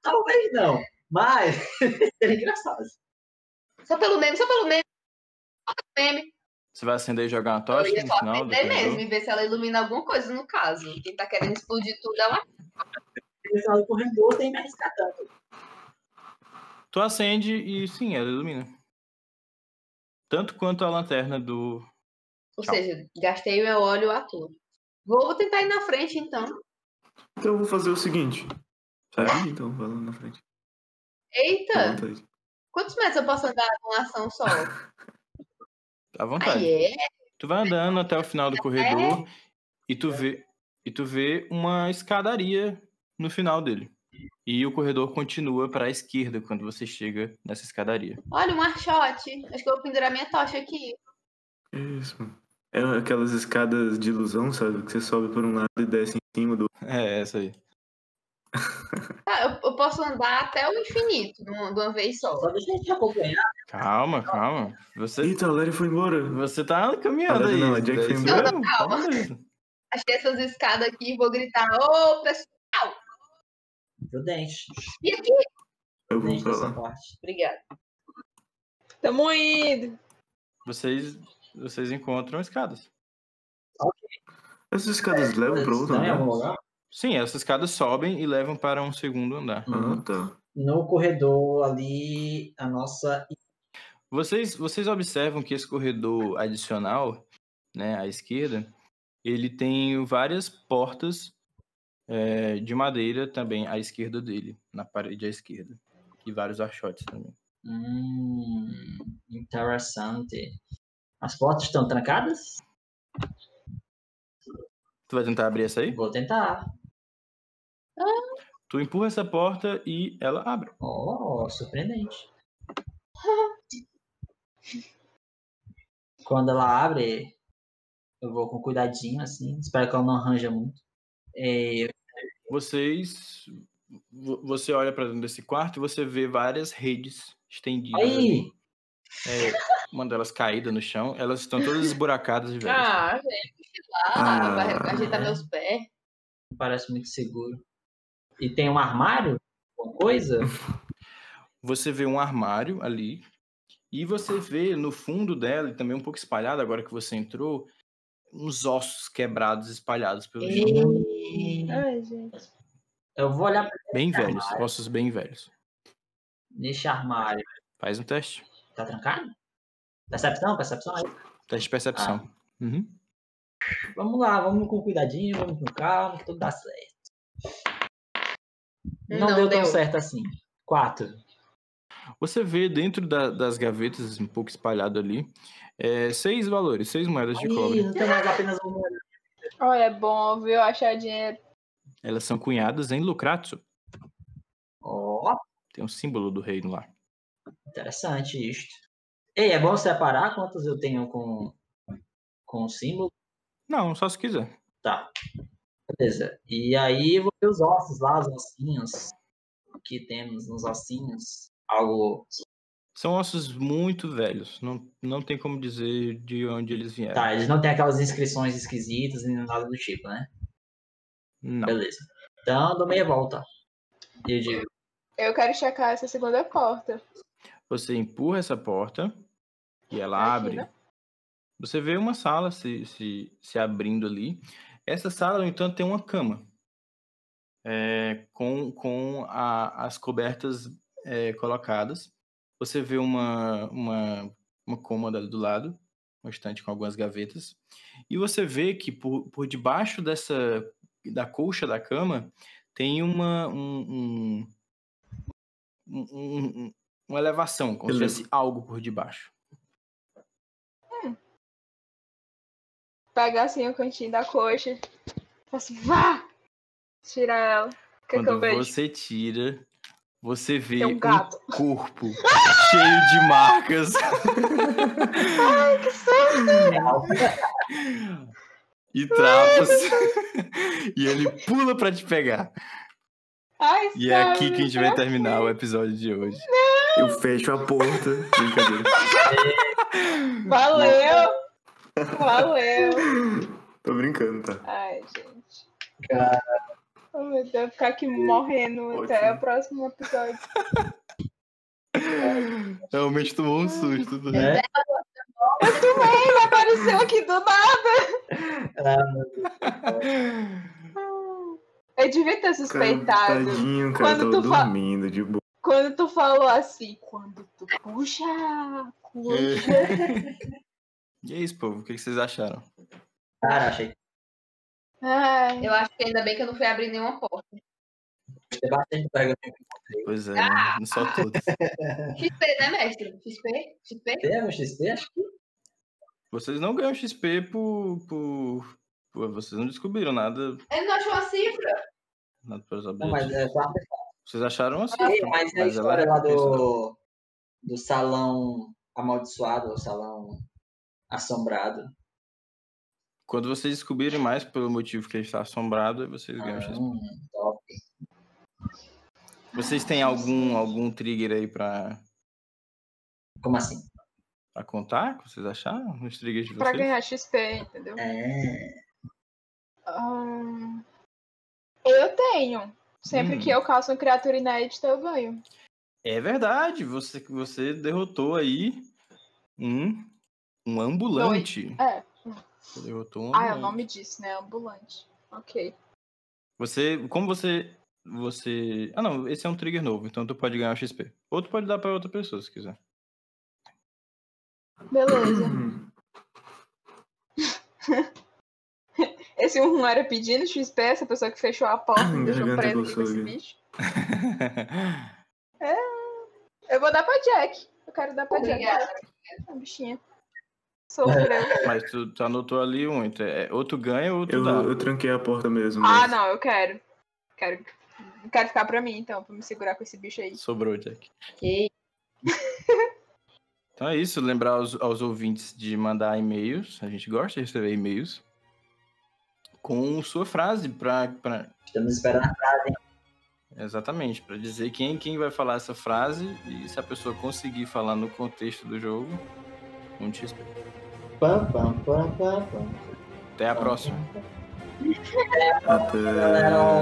A: Talvez não, mas (laughs) seria engraçado.
E: Só pelo meme, só pelo meme. Só pelo meme.
C: Você vai acender e jogar uma
E: Eu
C: tocha
E: ia
C: no
E: só
C: final? do
E: acender mesmo
C: jogo?
E: e ver se ela ilumina alguma coisa, no caso. Quem tá querendo explodir tudo é uma
A: Pensando com rigor sem me arriscar tanto.
C: Tu acende e sim, ela ilumina. Tanto quanto a lanterna do.
E: Ou
C: Tchau.
E: seja, gastei meu óleo à toa. Vou tentar ir na frente, então.
B: Então eu vou fazer o seguinte. Sai
C: Certo.
B: aqui, então, vai lá na frente. Fica à
D: É.
E: Eita!
B: vontade.
E: Quantos metros eu posso andar numa ação só?
C: À vontade.
E: Aí é.
C: Tu vai andando até o final do corredor e tu vê e tu vê uma escadaria no final dele. E o corredor continua para a esquerda quando você chega nessa escadaria.
E: Olha, um archote. Acho que eu vou pendurar minha tocha aqui.
B: Isso, mano. É aquelas escadas de ilusão, sabe? Que você sobe por um lado e desce em cima do
C: É, essa aí.
E: Tá, eu, eu posso andar até o infinito de uma, de uma vez só.
A: Só deixa a gente acompanhar.
C: Calma, calma. Você
B: Eita, a Lery foi embora.
C: você tá caminhando
B: Olha,
C: aí.
B: não, a Jack
C: é isso
B: foi embora.
C: mesmo?
E: Calma.
C: Calma, beleza.
E: Achei essas escadas aqui e vou gritar: Ô, pessoal!
A: Prudente.
E: E aqui?
B: Eu vou
A: Prudente
B: pra
A: dessa
B: lá.
A: parte.
E: Obrigada.
D: Tamo indo.
C: Vocês vocês encontram escadas.
B: Essas escadas levam pra outro né?
A: Não em algum
B: andar?
A: lugar?
C: Sim, essas escadas sobem e levam para um segundo andar.
B: Ah, tá.
A: No corredor ali, a nossa.
C: Vocês, vocês observam que esse corredor adicional, né, à esquerda, ele tem várias portas eh, de madeira também à esquerda dele, na parede à esquerda. E vários archotes também.
A: Hum, interessante. As portas estão trancadas?
C: Tu vai tentar abrir essa aí?
A: Vou tentar.
C: Tu empurra essa porta e ela abre.
A: Oh, surpreendente. (laughs) Quando ela abre, eu vou com cuidadinho, assim. Espero que ela não arranja muito. É,
C: Vocês. vo- Você olha para dentro desse quarto e você vê várias redes estendidas. ali.
A: Aí!
C: É, uma delas caída no chão. Elas estão todas esburacadas e velhas.
E: Ah, gente, lá,
B: Ah.
E: vai ajeitar meus pés.
A: Não parece muito seguro. E tem um armário? Alguma coisa?
C: Você vê um armário ali e você vê no fundo dela, e também um pouco espalhado agora que você entrou, uns ossos quebrados espalhados pelo chão.
D: Ai, gente.
A: Eu vou olhar
C: Bem velhos, ossos bem velhos.
A: neste armário.
C: Faz um teste.
A: Tá trancado? Percepção? Percepção? Aí.
C: Teste de percepção. Uhum.
A: Vamos lá, vamos com cuidadinho, vamos com calma, que tudo dá certo. Não,
E: Não
A: deu, tão
E: deu.
A: certo assim. Quatro.
C: Você vê dentro da- das gavetas, um pouco espalhado ali, é, seis valores, seis moedas de
A: Ih,
C: cobre.
A: não tem mais apenas um.
D: Olha, é bom, viu? Achar dinheiro.
C: Elas são cunhadas em Lucratio.
A: Ó,
C: Tem um símbolo do reino lá.
A: interessante isto. Ei, é bom separar quantos eu tenho com com o símbolo?
C: Não, só se quiser.
A: Tá. Beleza. E aí eu vou ver os ossos lá, os ossinhos que temos nos ossinhos. Algo.
C: São ossos muito velhos. Não, não tem como dizer de onde eles vieram.
A: Tá, eles não tem aquelas inscrições esquisitas nem nada do tipo, né?
C: Não.
A: Beleza. Então, eu dou meia volta. E eu digo,
D: Eu quero checar essa segunda porta.
C: Você empurra essa porta e ela
D: Imagina.
A: né?
C: abre. Você vê uma sala se, se, se abrindo ali. Essa sala, no entanto, tem uma cama é, com, com a- as cobertas é, colocadas. Você vê uma, uma, uma cômoda ali do lado, uma estante com algumas gavetas. E você vê que por, por debaixo dessa da colcha da cama tem uma, um- um- um- um, uma elevação, como se
B: Beleza.
C: tivesse algo por debaixo.
D: pega assim o cantinho da coxa, faço, vá! Tira ela. Quer que eu
C: Quando
D: beijo?
C: você tira, você vê
D: É um
C: um
D: gato.
C: corpo (laughs) cheio de marcas.
A: é
C: e trapas. (laughs) e ele pula pra te pegar.
D: Ai,
C: E é
D: sabe,
C: aqui que a gente vai terminar o episódio de hoje.
B: Eu fecho a porta. Brincadeira.
D: Valeu! Valeu!
B: Tô brincando, tá?
D: Ai, gente. Oh, meu Deus, eu vou ficar aqui morrendo até
B: Ótimo.
D: o próximo episódio.
C: Realmente tomou um susto, né?
A: né?
D: Ele apareceu aqui do nada! Eu devia ter suspeitado.
B: Tadinho, cara.
D: Quando
B: Tava
D: tu fa-
B: dormindo, de boa.
D: Quando tu falou assim, quando tu puxa a coxa.
C: E é isso, povo. O que que vocês acharam?
A: Cara, achei
D: Ai,
E: Eu acho que ainda bem que eu não fui abrir nenhuma porta.
A: que gostei bastante do programa.
C: Pois é, né?
D: Ah!
C: não só todos.
E: XP, né, mestre? XP? XP?
A: Temos XP? Acho que
C: Vocês não ganham XP por. por... por- Vocês não descobriram nada,
E: Ele não achou a cifra.
C: nada pelos
A: não,
C: objetivos.
A: mas é claro que
C: Vocês acharam
D: Ah,
C: assim?
A: Ei, mas e a
C: Mas ela
A: história
C: era
A: lá
C: difícil,
A: do, do salão amaldiçoado, o salão assombrado.
C: Quando vocês descobrirem mais pelo motivo que ele está assombrado, aí vocês ganham XP.
A: Hum, top. Ah.
C: Vocês têm algum, algum trigger aí pra,
A: Como assim?
C: pra contar? que Vocês acharam? Os triggers de
D: pra
C: vocês?
D: ganhar XP, entendeu?
A: É.
D: Ahn, eu tenho. Sempre
C: Hum.
D: que eu calço uma criatura inédita, eu ganho.
C: É verdade, você, você derrotou aí um, um ambulante.
D: É.
C: Você derrotou um
D: Ah, é o
C: ambulante.
D: nome disso, né? Ambulante. Ok.
C: Você, como você, você... Ah não, esse é um trigger novo, então tu pode ganhar um XP. Ou tu pode dar pra outra pessoa, se
B: (laughs)
C: quiser.
D: Beleza. Esse um era pedindo XP, essa pessoa que fechou a porta e me deixou
B: Garganta
D: preso aqui com esse
B: gostosa.
D: bicho. Eu vou dar pra Jack. Eu quero dar pra
E: Obrigada.
D: Jack. A bichinha. Sofreu.
C: Mas tu, tu anotou ali um, então é, ou tu ganha ou tu
B: Eu,
C: dá.
B: eu tranquei a porta mesmo.
D: ah,
B: mas-
D: não, eu quero. Quero. Quero ficar pra mim, então, pra me segurar com esse bicho aí.
C: Sobrou, Jack.
E: Ok.
C: Então é isso, lembrar aos, aos ouvintes de mandar e-mails. A gente gosta de receber e-mails. Com sua frase, pra, pra,
A: Estamos esperando.
C: exatamente, pra dizer quem, quem vai falar essa frase e se a pessoa conseguir falar no contexto do jogo, um te respeito.
A: Pam, pam, pam, pam, pam.
C: Até a próxima.
B: Até.
A: Galera,